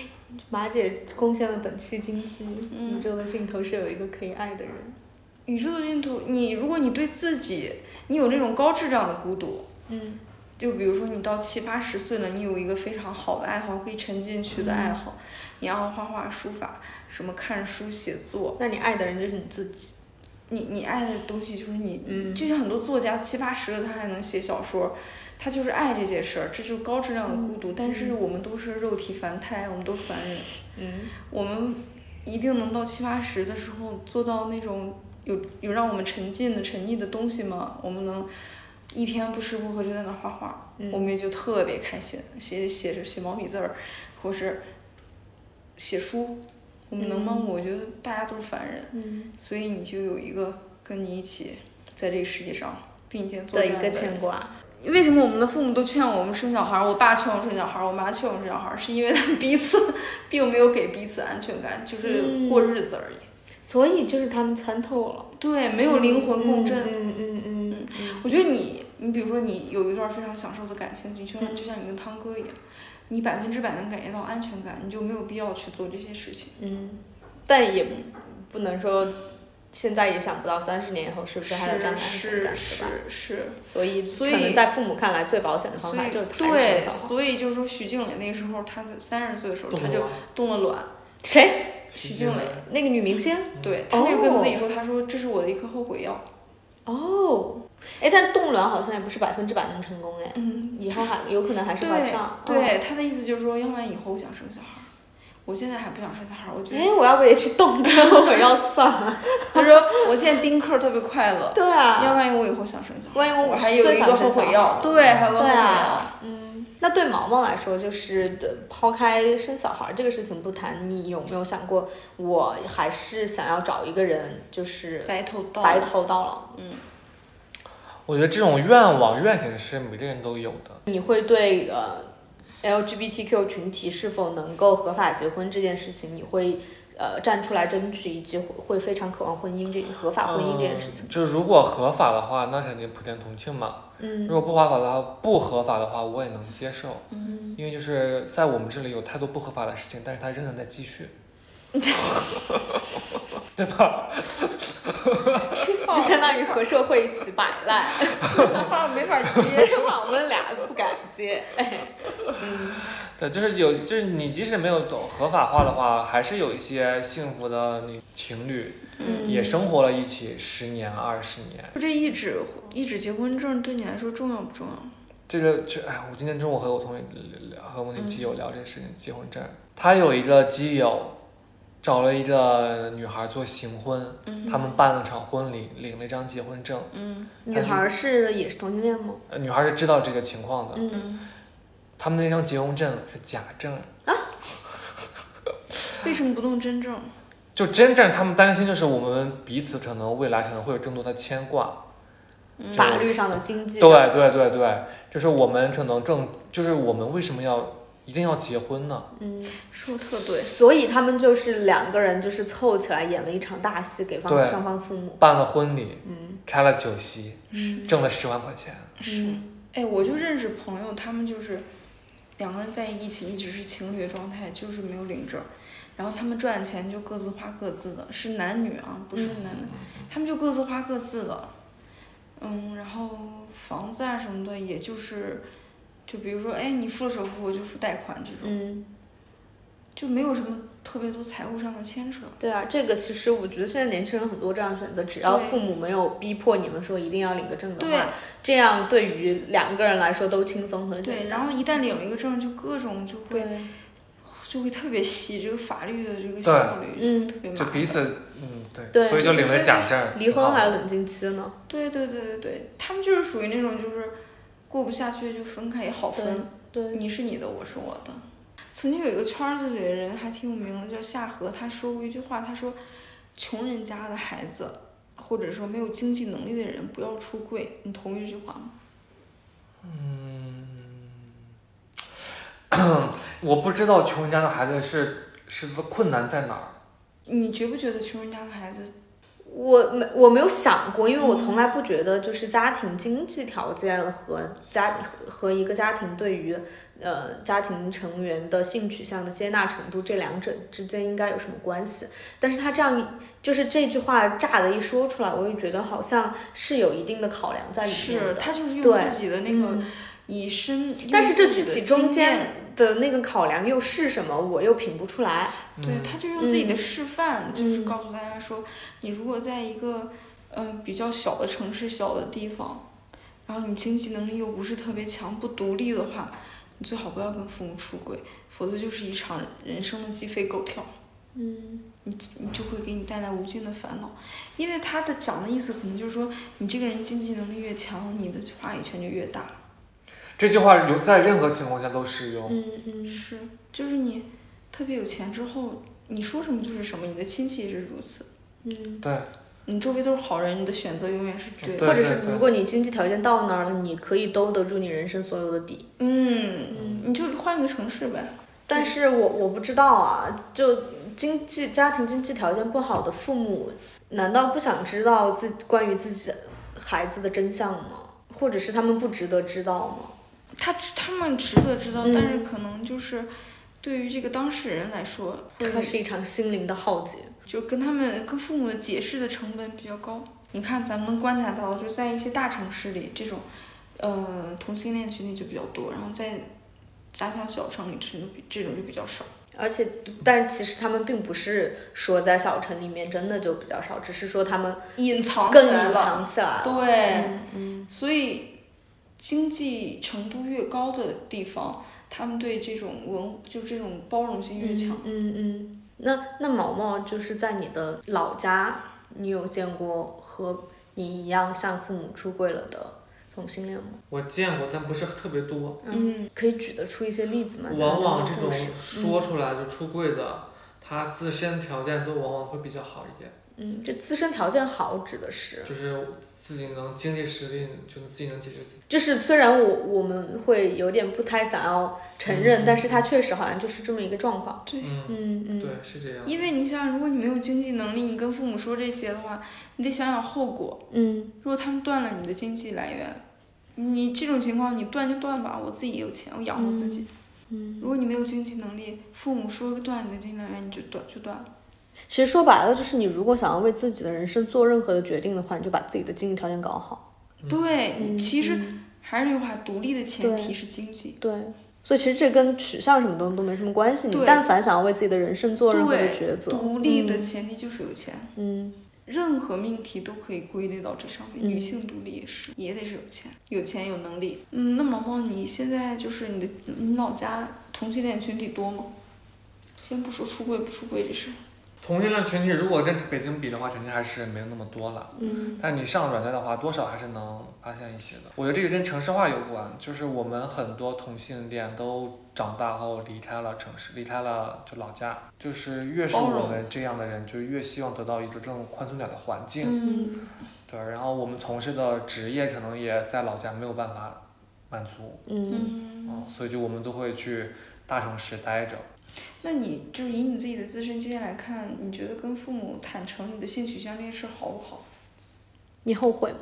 [SPEAKER 2] 马姐贡献了本期金句：
[SPEAKER 1] 嗯
[SPEAKER 2] 宇宙的尽头是有一个可以爱的人。
[SPEAKER 1] 宇宙的尽头，你如果你对自己，你有那种高质量的孤独，
[SPEAKER 2] 嗯
[SPEAKER 1] 就比如说你到七八十岁了，你有一个非常好的爱好，可以沉浸去的爱好，你爱好画画、书法，什么看书、写作，
[SPEAKER 2] 那你爱的人就是你自己。
[SPEAKER 1] 你你爱的东西就是你，
[SPEAKER 2] 嗯
[SPEAKER 1] 就像很多作家七八十了他还能写小说，他就是爱这些事儿，这就是高质量的孤独。但是我们都是肉体凡胎，我们都是凡人，
[SPEAKER 2] 嗯，
[SPEAKER 1] 我们一定能到七八十的时候做到那种有有让我们沉浸的沉溺的东西吗？我们能一天不吃不喝就在那画画，
[SPEAKER 2] 嗯
[SPEAKER 1] 我们也就特别开心，写写着写毛笔字儿，或是写书，我们能吗？
[SPEAKER 2] 嗯
[SPEAKER 1] 我觉得大家都是凡人，
[SPEAKER 2] 嗯
[SPEAKER 1] 所以你就有一个跟你一起在这个世界上并肩作
[SPEAKER 2] 的
[SPEAKER 1] 战
[SPEAKER 2] 一个
[SPEAKER 1] 人
[SPEAKER 2] 牵挂。
[SPEAKER 1] 为什么我们的父母都劝我们生小孩儿？我爸劝我生小孩儿，我妈劝我生小孩儿，是因为他们彼此并没有给彼此安全感，就是
[SPEAKER 2] 嗯
[SPEAKER 1] 过日子而已。
[SPEAKER 2] 所以就是他们参透了，
[SPEAKER 1] 对，没有灵魂共振。
[SPEAKER 2] 嗯嗯嗯嗯
[SPEAKER 1] 我觉得你，你比如说你有一段非常享受的感情，你就像
[SPEAKER 2] 嗯
[SPEAKER 1] 就像你跟汤哥一样，你百分之百能感觉到安全感，你就没有必要去做这些事情。
[SPEAKER 2] 嗯，但也不能说现在也想不到三十年以后是不是还有这样的安全
[SPEAKER 1] 是
[SPEAKER 2] 感，
[SPEAKER 1] 是
[SPEAKER 2] 对吧？
[SPEAKER 1] 是，
[SPEAKER 2] 所以
[SPEAKER 1] 所以
[SPEAKER 2] 可能在父母看来最保险的方
[SPEAKER 1] 所
[SPEAKER 2] 法
[SPEAKER 1] 以
[SPEAKER 2] 就是还是
[SPEAKER 1] 对，
[SPEAKER 2] 生小孩。
[SPEAKER 1] 所以就是说徐静蕾那个时候，她在三十岁的时候，
[SPEAKER 6] 动
[SPEAKER 1] 她
[SPEAKER 6] 了
[SPEAKER 1] 就
[SPEAKER 6] 吗
[SPEAKER 1] 动了卵。
[SPEAKER 2] 谁？
[SPEAKER 1] 徐
[SPEAKER 6] 徐
[SPEAKER 1] 静
[SPEAKER 6] 静
[SPEAKER 1] 蕾
[SPEAKER 6] 蕾，
[SPEAKER 2] 那个女明星？
[SPEAKER 1] 对，她就跟
[SPEAKER 2] 哦
[SPEAKER 1] 自己说，她说这是我的一颗后悔药。
[SPEAKER 2] 哦，哎，但冻卵好像也不是百分之百能成功哎，
[SPEAKER 1] 嗯，
[SPEAKER 2] 以后还有可能还是怀
[SPEAKER 1] 对
[SPEAKER 2] 上。哦，
[SPEAKER 1] 对，他的意思就是说，要不然以后我想生小孩儿，我现在还不想生小孩儿，我觉
[SPEAKER 2] 哎
[SPEAKER 1] 得，，
[SPEAKER 2] 我要不也去冻个， 我要算了。
[SPEAKER 1] 他说我现在丁克儿特别快乐，
[SPEAKER 2] 对 啊，
[SPEAKER 1] 要万一我以后想生小孩儿，
[SPEAKER 2] 万一我
[SPEAKER 1] 我还有一个后悔药，对，还有个后悔
[SPEAKER 2] 对
[SPEAKER 1] 药，
[SPEAKER 2] 啊，嗯，那对毛毛来说，就是的抛开生小孩这个事情不谈，你有没有想过，我还是想要找一个人，就是
[SPEAKER 1] 白头到
[SPEAKER 2] 白
[SPEAKER 1] 老，
[SPEAKER 2] 头到老？
[SPEAKER 1] 嗯，
[SPEAKER 3] 我觉得这种愿望、愿景是每个人都有的。
[SPEAKER 2] 你会对呃 LGBTQ 群体是否能够合法结婚这件事情，你会呃站出来争取，以及会会非常渴望婚姻这合法婚姻这件事情？
[SPEAKER 3] 嗯就如果合法的话，那肯定普天同庆嘛。
[SPEAKER 2] 嗯
[SPEAKER 3] 如果不合法的话，不合法的话，我也能接受，
[SPEAKER 1] 嗯，
[SPEAKER 3] 因为就是在我们这里有太多不合法的事情，但是它仍然在继续。对吧？
[SPEAKER 2] 就相当于和社会一起摆烂， 没法接， 这话我们俩都不敢接。
[SPEAKER 3] 对，就是有，就是你即使没有走合法化的话，还是有一些幸福的女情侣
[SPEAKER 1] 嗯
[SPEAKER 3] 也生活了一起十年、二十年。
[SPEAKER 1] 就这一纸一纸结婚证对你来说重要不重要？
[SPEAKER 3] 这个这哎，我今天中午和我同学聊和
[SPEAKER 1] 嗯
[SPEAKER 3] 我那基友聊这个事情，结婚证。他有一个基友找了一个女孩做行婚，
[SPEAKER 1] 嗯
[SPEAKER 3] 他们办了场婚礼，领了一张结婚证。
[SPEAKER 1] 嗯
[SPEAKER 2] 女孩儿是也是同性恋吗？
[SPEAKER 3] 呃女孩是知道这个情况的，
[SPEAKER 2] 嗯，
[SPEAKER 1] 嗯，
[SPEAKER 3] 他们那张结婚证是假证，
[SPEAKER 1] 为什么不动真正？
[SPEAKER 3] 就真正他们担心就是我们彼此可能未来可能会有更多的牵挂。
[SPEAKER 1] 嗯
[SPEAKER 2] 法律上的、经济
[SPEAKER 3] 对
[SPEAKER 2] 上的，
[SPEAKER 3] 对对对，就是我们可能更就是我们为什么要一定要结婚呢？
[SPEAKER 2] 嗯，
[SPEAKER 1] 说得特对，
[SPEAKER 2] 所以他们就是两个人就是凑起来演了一场大戏，给方
[SPEAKER 3] 对
[SPEAKER 2] 双方父母，
[SPEAKER 3] 办了婚礼，
[SPEAKER 2] 嗯
[SPEAKER 3] 开了酒席，
[SPEAKER 2] 嗯
[SPEAKER 3] 挣了十万块钱。
[SPEAKER 1] 是，哎，我就认识朋友，他们就是两个人在一起一直是情侣的状态，就是没有领证儿，然后他们赚钱就各自花各自的，是男女啊，不是男的，他们就各自花各自的，嗯，然后房子啊什么的，也就是就比如说，哎，你付了首付，我就付贷款这种，
[SPEAKER 2] 嗯，
[SPEAKER 1] 就没有什么特别多财务上的牵扯。
[SPEAKER 2] 对啊，这个其实我觉得现在年轻人很多这样选择，只要
[SPEAKER 1] 对
[SPEAKER 2] 父母没有逼迫你们说一定要领个证的
[SPEAKER 1] 对
[SPEAKER 2] 话，这样对于两个人来说都轻松和
[SPEAKER 1] 对，
[SPEAKER 2] 简单。
[SPEAKER 1] 然后一旦领了一个证儿，就各种就会
[SPEAKER 2] 对，
[SPEAKER 1] 就会特别细，这个法律的这个
[SPEAKER 3] 对
[SPEAKER 1] 效率
[SPEAKER 2] 嗯，
[SPEAKER 1] 特别麻
[SPEAKER 3] 就
[SPEAKER 1] 烦。
[SPEAKER 3] 彼此，嗯，对，
[SPEAKER 2] 对
[SPEAKER 3] 所以就领了假证。
[SPEAKER 2] 离婚还有冷静期呢，
[SPEAKER 1] 对对对对对，他们就是属于那种就是过不下去就分开也好分，
[SPEAKER 2] 对，
[SPEAKER 1] 你是你的，我是我的。曾经有一个圈子里的人还挺有名的，叫夏荷，他说过一句话，他说穷人家的孩子，或者说没有经济能力的人不要出柜，你同意这句话吗？
[SPEAKER 3] 我不知道穷人家的孩子是是困难在哪儿。
[SPEAKER 1] 你觉不觉得穷人家的孩子
[SPEAKER 2] 我没我没有想过，因为我从来不觉得就是家庭经济条件和家和和一个家庭对于呃家庭成员的性取向的接纳程度这两者之间应该有什么关系。但是他这样一就是这句话炸的一说出来，我也觉得好像是有一定的考量在里面
[SPEAKER 1] 是
[SPEAKER 2] 的。
[SPEAKER 1] 他就是用
[SPEAKER 2] 对
[SPEAKER 1] 自己的那个
[SPEAKER 2] 嗯
[SPEAKER 1] 以身，
[SPEAKER 2] 但是这
[SPEAKER 1] 用自
[SPEAKER 2] 具
[SPEAKER 1] 己的
[SPEAKER 2] 体中
[SPEAKER 1] 经验
[SPEAKER 2] 间的那个考量又是什么，我又品不出来。
[SPEAKER 3] 嗯
[SPEAKER 1] 对，他就用自己的
[SPEAKER 2] 嗯
[SPEAKER 1] 示范，就是
[SPEAKER 2] 嗯
[SPEAKER 1] 告诉大家说，你如果在一个嗯、呃比较小的城市、小的地方，然后你经济能力又不是特别强、不独立的话，你最好不要跟父母出轨，否则就是一场人生的鸡飞狗跳。
[SPEAKER 2] 嗯，
[SPEAKER 1] 你你就会给你带来无尽的烦恼，因为他的讲的意思可能就是说，你这个人经济能力越强，你的话语权就越大。
[SPEAKER 3] 这句话有在任何情况下都适用。
[SPEAKER 2] 嗯嗯
[SPEAKER 1] 是，就是你特别有钱之后，你说什么就是什么，你的亲戚也是如此。
[SPEAKER 2] 嗯，
[SPEAKER 3] 对，
[SPEAKER 1] 你周围都是好人，你的选择永远是对的。
[SPEAKER 3] 对
[SPEAKER 2] 或者
[SPEAKER 3] 对
[SPEAKER 2] 是
[SPEAKER 3] 对
[SPEAKER 2] 如果你经济条件到那儿了，你可以兜得住你人生所有的底。
[SPEAKER 1] 嗯，
[SPEAKER 2] 嗯，
[SPEAKER 1] 你就换个城市呗。
[SPEAKER 2] 但是我我不知道啊，就经济家庭经济条件不好的父母，难道不想知道自关于自己孩子的真相吗？或者是他们不值得知
[SPEAKER 1] 嗯
[SPEAKER 2] 道吗？
[SPEAKER 1] 他他们值得知道，
[SPEAKER 2] 嗯
[SPEAKER 1] 但是可能就是对于这个当事人来说，
[SPEAKER 2] 它
[SPEAKER 1] 会
[SPEAKER 2] 是一场心灵的浩劫。
[SPEAKER 1] 就跟他们跟父母的解释的成本比较高。你看，咱们观察到，就在一些大城市里，这种呃同性恋群体就比较多，然后在家乡小城里，这种比这种就比较少。
[SPEAKER 2] 而且，但其实他们并不是说在小城里面真的就比较少，只是说他们
[SPEAKER 1] 隐藏起
[SPEAKER 2] 更
[SPEAKER 1] 来
[SPEAKER 2] 隐
[SPEAKER 1] 了，
[SPEAKER 2] 藏起来了。
[SPEAKER 1] 对。
[SPEAKER 2] 嗯，
[SPEAKER 1] 所以，经济程度越高的地方，他们对这种文就这种包容性
[SPEAKER 2] 嗯
[SPEAKER 1] 越强。。
[SPEAKER 2] 嗯嗯，那那毛毛就是在你的老家，你有见过和你一样向父母出柜了的同性恋吗？
[SPEAKER 6] 我见过，但不是特别多。
[SPEAKER 1] 嗯，
[SPEAKER 2] 可以举得出一些例子吗？咱们
[SPEAKER 6] 往往这
[SPEAKER 2] 的
[SPEAKER 6] 种
[SPEAKER 2] 故事
[SPEAKER 6] 说出来就出柜的，他自身条件都往往会比较好一点，
[SPEAKER 2] 嗯，这自身条件好指的是，
[SPEAKER 6] 就是自己能经济实力，就自己能解决自己。
[SPEAKER 2] 就是虽然我我们会有点不太想要承认，但是他确实好像就是这么一个状况。
[SPEAKER 6] 嗯，
[SPEAKER 2] 嗯嗯，
[SPEAKER 6] 对，是这样。
[SPEAKER 1] 因为你想想，如果你没有经济能力，你跟父母说这些的话，你得想想后果。
[SPEAKER 2] 嗯
[SPEAKER 1] 如果他们断了你的经济来源，你这种情况你断就断吧，我自己有钱，我养活自己。
[SPEAKER 2] 嗯，
[SPEAKER 1] 如果你没有经济能力，父母说断你的经济来源，你就断就断了。
[SPEAKER 2] 其实说白了，就是你如果想要为自己的人生做任何的决定的话，你就把自己的经济条件搞好。
[SPEAKER 1] 对，你其实
[SPEAKER 2] 嗯
[SPEAKER 1] 还是那句话，独立的前
[SPEAKER 2] 对
[SPEAKER 1] 提是经济。
[SPEAKER 2] 对，所以其实这跟取向什么的都没什么关系。你
[SPEAKER 1] 对
[SPEAKER 2] 但凡想要为自己的人生做任何的
[SPEAKER 1] 对
[SPEAKER 2] 抉择，
[SPEAKER 1] 独立的前提就是有钱。
[SPEAKER 2] 嗯，
[SPEAKER 1] 任何命题都可以归类到这上面，
[SPEAKER 2] 嗯
[SPEAKER 1] 女性独立也是，也得是有钱，有钱有能力。嗯，那毛毛，你现在就是你的你老家同性恋群体多吗？先不说出柜不出柜这事儿，
[SPEAKER 3] 同性恋群体如果跟北京比的话，肯定还是没有那么多了。
[SPEAKER 2] 嗯
[SPEAKER 3] 但你上软件的话，多少还是能发现一些的。我觉得这个跟城市化有关，就是我们很多同性恋都长大后离开了城市，离开了就老家，就是越是
[SPEAKER 1] 包
[SPEAKER 3] 我
[SPEAKER 1] 容
[SPEAKER 3] 们这样的人，就越希望得到一个更宽松点的环境。
[SPEAKER 1] 嗯，
[SPEAKER 3] 对，然后我们从事的职业可能也在老家没有办法满足，
[SPEAKER 2] 嗯
[SPEAKER 1] 嗯，
[SPEAKER 3] 嗯，所以就我们都会去大城市待着。
[SPEAKER 1] 那你就是以你自己的自身经验来看，你觉得跟父母坦诚你的性取向这件事好不好？
[SPEAKER 2] 你后悔吗？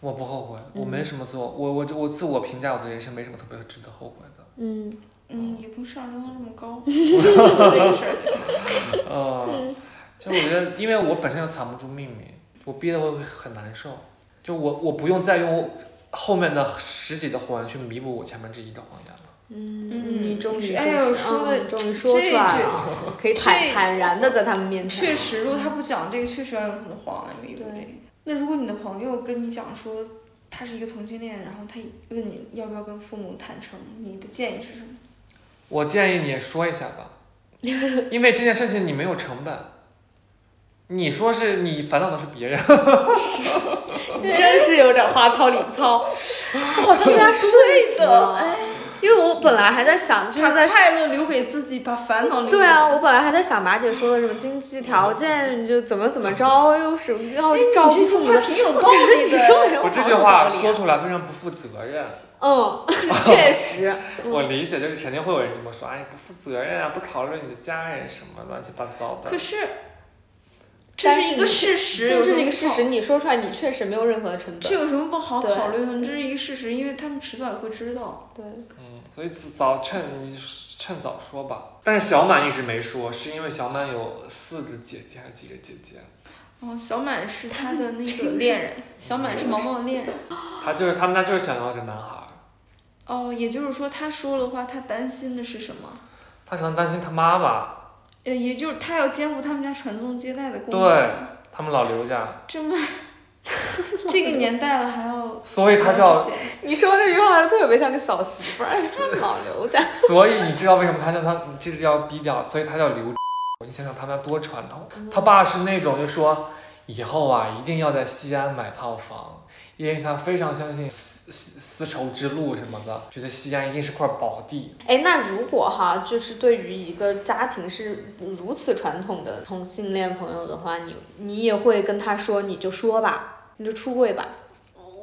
[SPEAKER 3] 我不后悔，我
[SPEAKER 2] 嗯
[SPEAKER 3] 没什么做，我我我自我评价我的人生没什么特别值得后悔的。
[SPEAKER 2] 嗯，
[SPEAKER 1] 嗯，也不是上升到那么高，这个事儿就行。
[SPEAKER 3] 嗯，就我觉得，因为我本身就藏不住秘密，我憋得我会很难受。就我我不用再用后面的十几个谎言去弥补我前面这一个谎言了。
[SPEAKER 2] 嗯，你
[SPEAKER 1] 嗯
[SPEAKER 2] 终于，
[SPEAKER 1] 哎呦
[SPEAKER 2] 终于
[SPEAKER 1] 说的
[SPEAKER 2] 嗯终于说
[SPEAKER 1] 这
[SPEAKER 2] 出来了，可以坦
[SPEAKER 1] 这
[SPEAKER 2] 坦然的在他们面前，
[SPEAKER 1] 确实，如果他不讲这个，确实要有很多谎来弥补这个。那如果你的朋友跟你讲说他是一个同性恋，然后他问你要不要跟父母坦诚，你的建议是什么？
[SPEAKER 3] 我建议你说一下 吧，因为这件事情你没有成本。你说是你烦恼的是别人，
[SPEAKER 2] 真是有点花糙理不糙。我 好像被 他说
[SPEAKER 1] 的
[SPEAKER 2] 的，哎，因为我本来还在想，就是
[SPEAKER 1] 把
[SPEAKER 2] 在
[SPEAKER 1] 快乐留给自己，把烦恼留给
[SPEAKER 2] 对啊，我本来还在想马姐说的什么经济条件就怎么怎么着，又是要
[SPEAKER 1] 哎你
[SPEAKER 2] 照顾
[SPEAKER 1] 这句
[SPEAKER 2] 父母
[SPEAKER 1] 话
[SPEAKER 2] 的，
[SPEAKER 1] 挺有
[SPEAKER 2] 我
[SPEAKER 1] 道
[SPEAKER 2] 觉得
[SPEAKER 1] 理
[SPEAKER 2] 你
[SPEAKER 1] 的
[SPEAKER 2] 说的很哎
[SPEAKER 3] 我
[SPEAKER 2] 有
[SPEAKER 3] 这
[SPEAKER 2] 好
[SPEAKER 3] 句
[SPEAKER 2] 有道
[SPEAKER 3] 话
[SPEAKER 2] 理
[SPEAKER 3] 说
[SPEAKER 2] 啊。
[SPEAKER 3] 出来非常不负责任。
[SPEAKER 2] 嗯， 确实，
[SPEAKER 3] 我理解，就是肯定会有人这么说，哎，不负责任啊，不考虑你的家人什么乱七八糟的
[SPEAKER 1] 可。是这
[SPEAKER 2] 但
[SPEAKER 1] 是
[SPEAKER 2] 是
[SPEAKER 1] 一
[SPEAKER 2] 你
[SPEAKER 1] 个事实，
[SPEAKER 2] 对，
[SPEAKER 1] 有
[SPEAKER 2] 这
[SPEAKER 1] 什么
[SPEAKER 2] 是一个事
[SPEAKER 1] 不好
[SPEAKER 2] 实，。你说出来，你确实没有任何的成
[SPEAKER 1] 这
[SPEAKER 2] 本。
[SPEAKER 1] 有什么不好
[SPEAKER 2] 对
[SPEAKER 1] 考虑的呢？这是一个事实，因为他们迟早也会知道。
[SPEAKER 2] 对，
[SPEAKER 3] 嗯，所以早趁你趁早说吧。但是小满一直没说，是因为小满有四个姐姐还是几个姐姐？
[SPEAKER 1] 哦，小满是他的那个恋人，小满是毛毛的恋人。
[SPEAKER 3] 她就是他们家就是想要一个男孩儿，
[SPEAKER 1] 哦，也就是说，他说的话，他担心的是什么？
[SPEAKER 3] 他可能担心他妈妈，
[SPEAKER 1] 呃，也就是他要肩负他们家传宗接代的功
[SPEAKER 3] 对
[SPEAKER 1] 能。
[SPEAKER 3] 他们老刘家，
[SPEAKER 1] 这么 这个年代了，还要
[SPEAKER 3] 所以他叫
[SPEAKER 1] 这些
[SPEAKER 7] 你说这句话特别像个小媳妇儿，哎他老刘家。
[SPEAKER 3] 所以你知道为什么他叫他这是要低调，所以他叫刘。 你想想他们家多传统，
[SPEAKER 2] 嗯
[SPEAKER 3] 他爸是那种就说以后啊一定要在西安买套房，因为他非常相信 丝丝丝绸之路什么的，觉得西安一定是块宝地。
[SPEAKER 2] 哎，那如果哈，就是对于一个家庭是如此传统的同性恋朋友的话，你你也会跟他说，你就说吧，你就出柜吧，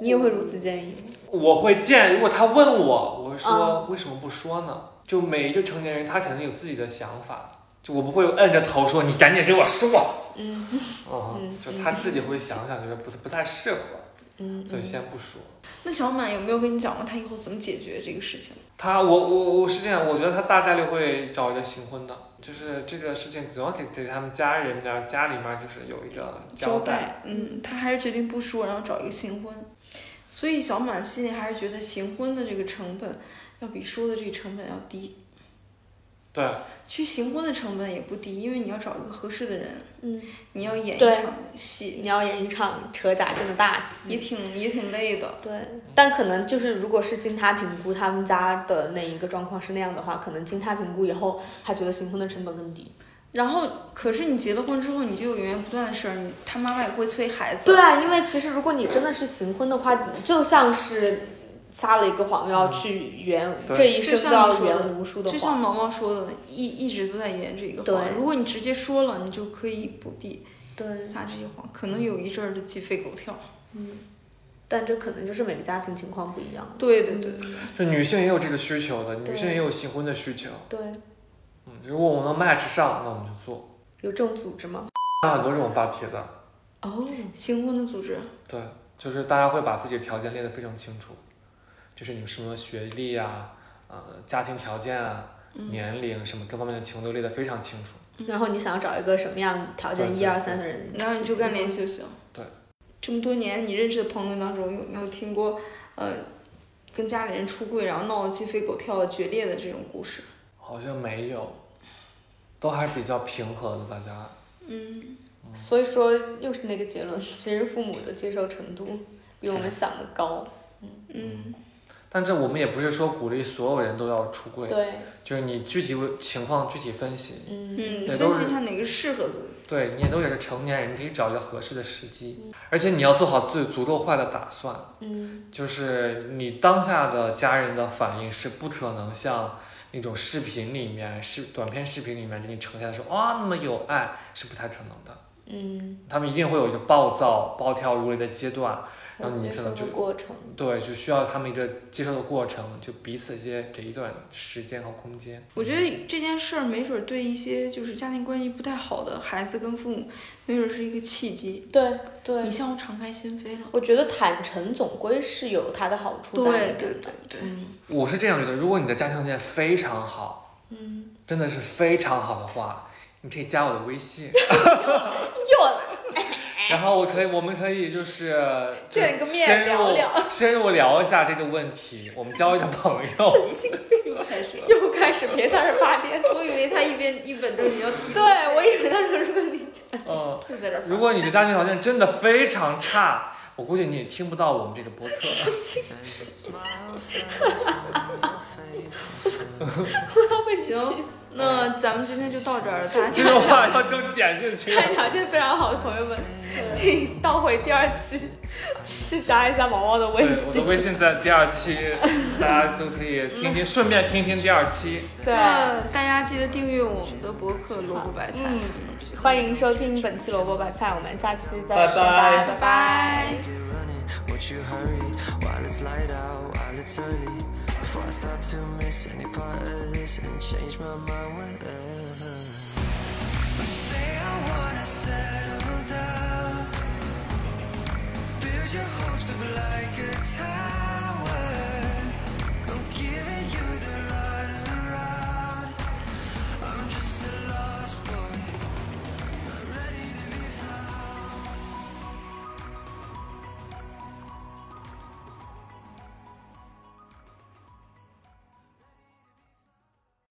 [SPEAKER 2] 你也会如此建议吗？
[SPEAKER 3] 我会见，如果他问我，我会
[SPEAKER 2] 嗯
[SPEAKER 3] 说为什么不说呢？就每一个成年人他可能有自己的想法，就我不会摁着头说你赶紧给我说，
[SPEAKER 2] 嗯
[SPEAKER 3] 嗯
[SPEAKER 2] 嗯，
[SPEAKER 3] 就他自己会想想，觉得不不太适合，
[SPEAKER 2] 嗯
[SPEAKER 3] 所以先不说。
[SPEAKER 1] 那小满有没有跟你讲过他以后怎么解决这个事情？
[SPEAKER 3] 他，我我我是这样，我觉得他大概率会找一个行婚的，就是这个事情总要给给他们家人家家里面就是有一个
[SPEAKER 1] 交
[SPEAKER 3] 代。
[SPEAKER 1] 代，嗯，他还是决定不说，然后找一个行婚。所以小满心里还是觉得行婚的这个成本要比说的这个成本要低。
[SPEAKER 3] 对，
[SPEAKER 1] 其实行婚的成本也不低，因为你要找一个合适的人，
[SPEAKER 2] 嗯，
[SPEAKER 1] 你要演一
[SPEAKER 2] 对
[SPEAKER 1] 场戏，
[SPEAKER 2] 你要演一场扯假证的大戏
[SPEAKER 1] 也。挺也挺累的。
[SPEAKER 2] 对，但可能就是如果是经他评估他们家的那一个状况是那样的话，可能经他评估以后，他觉得行婚的成本更低。
[SPEAKER 1] 然后，可是你结了婚之后，你就有源源不断的事儿，你他妈妈也会催孩子。
[SPEAKER 2] 对啊，因为其实如果你真的是行婚的话，就像是撒了一个谎，要去圆
[SPEAKER 3] 对
[SPEAKER 2] 这一
[SPEAKER 1] 就
[SPEAKER 2] 生
[SPEAKER 1] 像
[SPEAKER 2] 都要
[SPEAKER 1] 你说的
[SPEAKER 2] 圆无数的
[SPEAKER 1] 就像
[SPEAKER 2] 谎。
[SPEAKER 1] 毛毛说的，一一直都在演这个
[SPEAKER 2] 对
[SPEAKER 1] 谎。如果你直接说了，你就可以不必
[SPEAKER 2] 对，嗯
[SPEAKER 1] 撒这些谎，可能有一阵儿的鸡飞狗跳。
[SPEAKER 2] 但这可能就是每个家庭情况不一样。
[SPEAKER 1] 对对对，
[SPEAKER 3] 就女性也有这个需求的，
[SPEAKER 2] 对
[SPEAKER 3] 女性也有行婚的需求。
[SPEAKER 2] 对，
[SPEAKER 3] 嗯，如果我们能 match 上，那我们就做。
[SPEAKER 2] 有这种组织吗？
[SPEAKER 3] 那很多这种发帖的，
[SPEAKER 2] 哦，
[SPEAKER 1] 行婚的组织，
[SPEAKER 3] 对，就是大家会把自己的条件列得非常清楚，就是你们什么学历啊，呃，家庭条件啊，年龄什么各方面的情况都列得非常清楚。
[SPEAKER 2] 然后你想要找一个什么样条件
[SPEAKER 3] 对
[SPEAKER 2] 一二三的人，
[SPEAKER 1] 然后你就跟联。系就行。
[SPEAKER 3] 对，
[SPEAKER 1] 这么多年你认识的朋友当中，有没有听过呃跟家里人出柜，然后闹得鸡飞狗跳的决裂的这种故事？
[SPEAKER 3] 好像没有，都还比较平和的，大家。
[SPEAKER 1] 嗯，
[SPEAKER 2] 所以说，又是那个结论，其实父母的接受程度比我们想的高。
[SPEAKER 1] 嗯，
[SPEAKER 3] 但这我们也不是说鼓励所有人都要出柜，
[SPEAKER 2] 对，
[SPEAKER 3] 就是你具体情况具体分析。
[SPEAKER 2] 嗯
[SPEAKER 1] 嗯，
[SPEAKER 3] 对
[SPEAKER 1] 分
[SPEAKER 3] 都
[SPEAKER 1] 析
[SPEAKER 3] 是
[SPEAKER 1] 一下哪个适合的。
[SPEAKER 3] 对你也都也是成年人，你可以找一个合适的时
[SPEAKER 1] 嗯
[SPEAKER 3] 机，而且你要做好最足够坏的打算。
[SPEAKER 2] 嗯，
[SPEAKER 3] 就是你当下的家人的反应是不可能像那种视频里面、视短片视频里面给你呈现的说哇那么有爱是不太可能的，
[SPEAKER 2] 嗯，
[SPEAKER 3] 他们一定会有一个暴躁、暴跳如雷的阶段，
[SPEAKER 2] 还有
[SPEAKER 3] 那你
[SPEAKER 2] 接
[SPEAKER 3] 可
[SPEAKER 2] 受
[SPEAKER 3] 能
[SPEAKER 2] 的
[SPEAKER 3] 就
[SPEAKER 2] 过程。
[SPEAKER 3] 对，就需要他们一个接受的过程，就彼此些给一段时间和空间。
[SPEAKER 1] 我觉得这件事儿没准儿对一些就是家庭关系不太好的孩子跟父母，没准儿是一个契机。
[SPEAKER 2] 对对
[SPEAKER 1] 你，向我敞开心扉了。
[SPEAKER 2] 我觉得坦诚总归是有它的好处在
[SPEAKER 1] 对
[SPEAKER 2] 的。
[SPEAKER 1] 对对对，
[SPEAKER 2] 嗯
[SPEAKER 3] 我是这样觉得，如果你的家庭条件非常好，
[SPEAKER 2] 嗯，
[SPEAKER 3] 真的是非常好的话，你可以加我的微信，
[SPEAKER 2] 又
[SPEAKER 3] 然后我可以，我们可以就是
[SPEAKER 2] 哎见个面
[SPEAKER 3] 深入
[SPEAKER 2] 聊聊
[SPEAKER 3] 深入聊一下这个问题。我们交一个朋友，
[SPEAKER 1] 又开始了。
[SPEAKER 2] 又开始别在这儿发癫。
[SPEAKER 1] 我以为他一边一本正经要提，
[SPEAKER 2] 对，我以为他说这个理解。
[SPEAKER 3] 嗯，
[SPEAKER 1] 就在这儿发。
[SPEAKER 3] 如果你的家庭条件真的非常差，我估计你也听不到我们这个播客。
[SPEAKER 1] 行，那咱们今天就到这儿了，大
[SPEAKER 3] 这
[SPEAKER 1] 家
[SPEAKER 3] 个话要都剪进去。
[SPEAKER 2] 家庭条件非常好的朋友们，请倒回第二期去加一下毛毛的
[SPEAKER 3] 对，
[SPEAKER 2] 微
[SPEAKER 3] 我的
[SPEAKER 2] 信。
[SPEAKER 3] 微信在第二期，大家都可
[SPEAKER 2] 嗯
[SPEAKER 3] 以听听，顺便听听第二期。
[SPEAKER 2] 对，
[SPEAKER 1] 那大家记得订阅我们的博客《萝卜白菜》，
[SPEAKER 2] 嗯，欢迎收听本期萝卜白菜，我们下期再
[SPEAKER 3] 拜
[SPEAKER 2] 见，
[SPEAKER 3] 拜
[SPEAKER 2] 拜
[SPEAKER 1] Bye.
[SPEAKER 2] 拜
[SPEAKER 8] get running. Won't you hurry while it's light out, while it's early? Before I start to miss any part of this and change my mind when